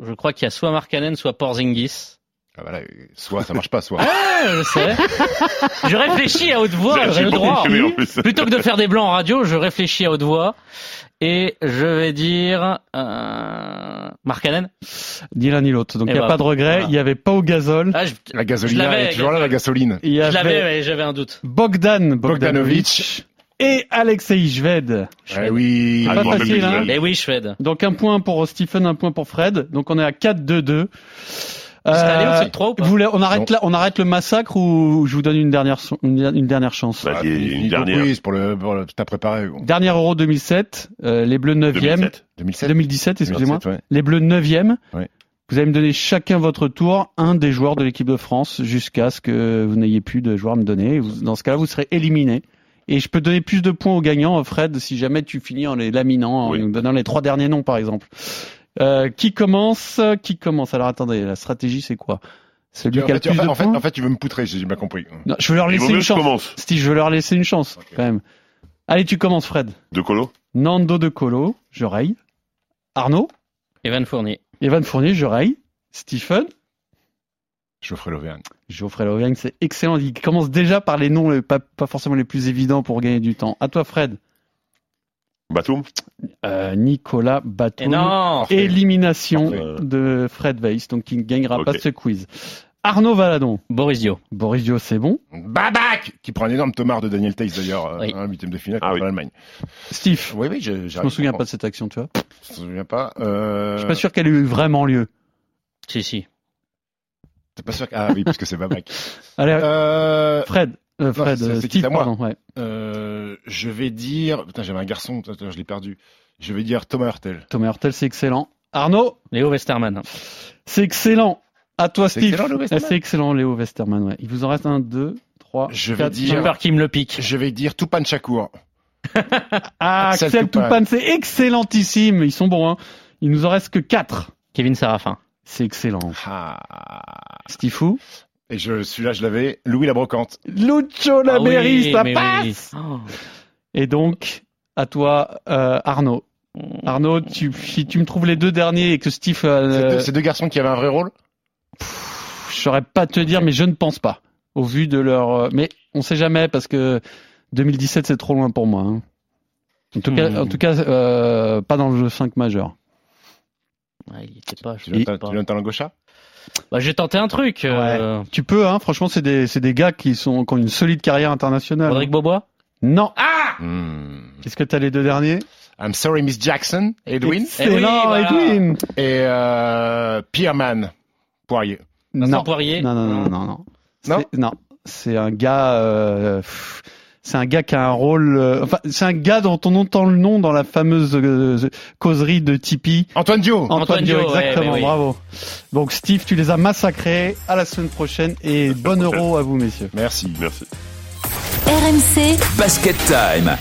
Je crois qu'il y a soit Markkanen, soit Porzingis.
Ah, bah là, euh, soit ça marche pas, soit.
Ah
Ouais, je sais. je réfléchis à haute voix,
J'ai-
j'ai
j'ai
le
beaucoup
droit.
aimé, en plus.
Plutôt que de faire des blancs en radio, je réfléchis à haute voix. Et je vais dire... Euh... Markkanen
Ni l'un ni l'autre. Donc, il
Eh
n'y a
bah,
pas de regret. Il
voilà.
n'y avait pas au gazole.
Ah, je
La gasoline,
Je l'avais,
elle est toujours là, la gasoline.
Il y
je l'avais,
avait
mais j'avais un doute.
Bogdan
Bogdanovic.
Bogdanovic et Alexei Jved.
Ah oui.
Pas
Ah, je me rappelle
facile,
plus,
hein.
je l'ai.
Et Ben oui, Schwed.
Donc, un point pour Stephen, un point pour Fred. Donc, on est à 4-2-2.
Je serais allé
Euh,
au-dessus de 3 ou pas
vous voulez- on arrête là, on arrête le massacre ou je vous donne une dernière, so- une, une dernière chance.
Bah.
Vas-y, une dernière.
Ah, Oui, pour le, pour le, t'as préparé. bon.
Dernier Euro 2007, euh, les Bleus 9e.
2007.
2007.
2017, excusez-moi.
2007, ouais.
Les Bleus 9e.
Ouais.
Vous allez me donner chacun votre tour, un des joueurs de l'équipe de France, jusqu'à ce que vous n'ayez plus de joueurs à me donner. Et vous- Dans ce cas-là, vous serez éliminé. Et je peux donner plus de points aux gagnants, Fred, si jamais tu finis en les laminant, en
Oui.
nous donnant les trois derniers noms, par exemple. Euh, qui commence Qui commence Alors attendez, la stratégie, c'est quoi Celui
en,
qui a le
fait, en,
plus
fait,
de
en, fait,
points
en fait, tu veux me poutrer, j'ai j'ai bien compris.
Non, Je veux leur
Il vaut
laisser
mieux
une
que je
chance.
commence.
Steve, je veux leur laisser une chance,
Ok.
quand même. Allez, tu commences, Fred.
De Colo
Nando de Colo, je raye. Arnaud
Evan Fournier.
Evan Fournier, je raille. Stephen,
Geoffrey Lauvergne.
Geoffrey Lauvergne, c'est excellent. Il commence déjà par les noms les- pas, pas forcément les plus évidents pour gagner du temps. À toi, Fred.
Batum
Euh, Nicolas
Et
Batum.
non
Élimination
Parfait.
de Fred Weiss, donc il ne gagnera
Ok.
pas ce quiz. Arnaud Valadon.
Boris Dio.
Boris Dio, c'est bon.
Babac Qui prend un énorme tomard de Daniel Tays d'ailleurs, euh,
Oui.
hein, huitième de finale
Ah
contre
oui.
l'Allemagne.
Steve,
Oui, oui, je,
je me souviens pas de cette action, tu vois.
Je me souviens pas. Euh...
Je suis pas sûr qu'elle ait eu vraiment lieu.
Si, si.
T'es pas sûr que- Ah oui, parce que c'est Babac.
Allez,
euh...
Fred. euh,
non,
Fred,
c'est-
euh,
c'est qui,
Steve,
c'est à moi.
pardon, ouais.
euh, je vais dire... Putain, j'avais un garçon, putain, je l'ai perdu. Je vais dire Thomas Hurtel.
Thomas Hurtel, c'est excellent. Arnaud,
Léo Westerman.
c'est excellent. À toi,
C'est
Steve.
excellent, Léo Westerman.
Ah, C'est excellent, Léo Westerman. ouais. Il vous en reste un, deux, trois,
Je vais
quatre,
dire-
J'ai
cinq.
peur qu'il me le pique.
Je vais dire Toupane Chakour.
Ah,
Axel
Axel
Toupane.
Toupane, c'est excellentissime. Ils sont bons, hein. Il nous en reste que 4.
Kevin Sarafin.
C'est excellent.
Ah.
Stifou.
Et je, celui-là, je l'avais. Louis la Brocante.
Lucho
Ah oui,
Laberry, ça
mais
passe
oui. Oh.
Et donc, à toi, euh, Arnaud. Arnaud, tu, si tu me trouves les deux derniers et que Steve...
C'est
euh,
deux, ces deux garçons qui avaient un vrai rôle
je saurais pas te dire, mais je ne pense pas. Au vu de leur... euh, Mais on sait jamais, parce que 2017, c'est trop loin pour moi. hein. En tout cas,
Hmm.
en tout cas euh, pas dans le jeu 5 majeur.
Ouais, il y était pas, je
Tu viens de
sais
ta-
pas.
tu viens de ta langue gauche
Bah, j'ai tenté un truc. euh,
Tu peux, hein, franchement, c'est des, c'est des gars qui, sont, qui ont une solide carrière internationale. hein.
Rodrigue Bobois
Non.
Hmm.
Qu'est-ce que t'as les deux derniers
I'm Sorry Miss Jackson, Edwin,
Eh oui,
Excellent,
voilà.
Edwin.
et euh, Pierman, Poirier.
Vincent
Non.
Poirier.
Non, non, non, non, non.
Non
C'est- Non, c'est un gars. euh, pff, c'est un gars qui a un rôle. euh, enfin, c'est un gars dont on entend le nom dans la fameuse euh, causerie de Tipeee.
Antoine Dio.
Antoine,
Antoine
Dio,
Dio, ouais,
exactement.
ouais, ouais.
Bravo. Donc, Steve, tu les as massacrés. À la semaine prochaine et bon euro à vous, messieurs.
Merci.
Merci.
RMC,
Basket time.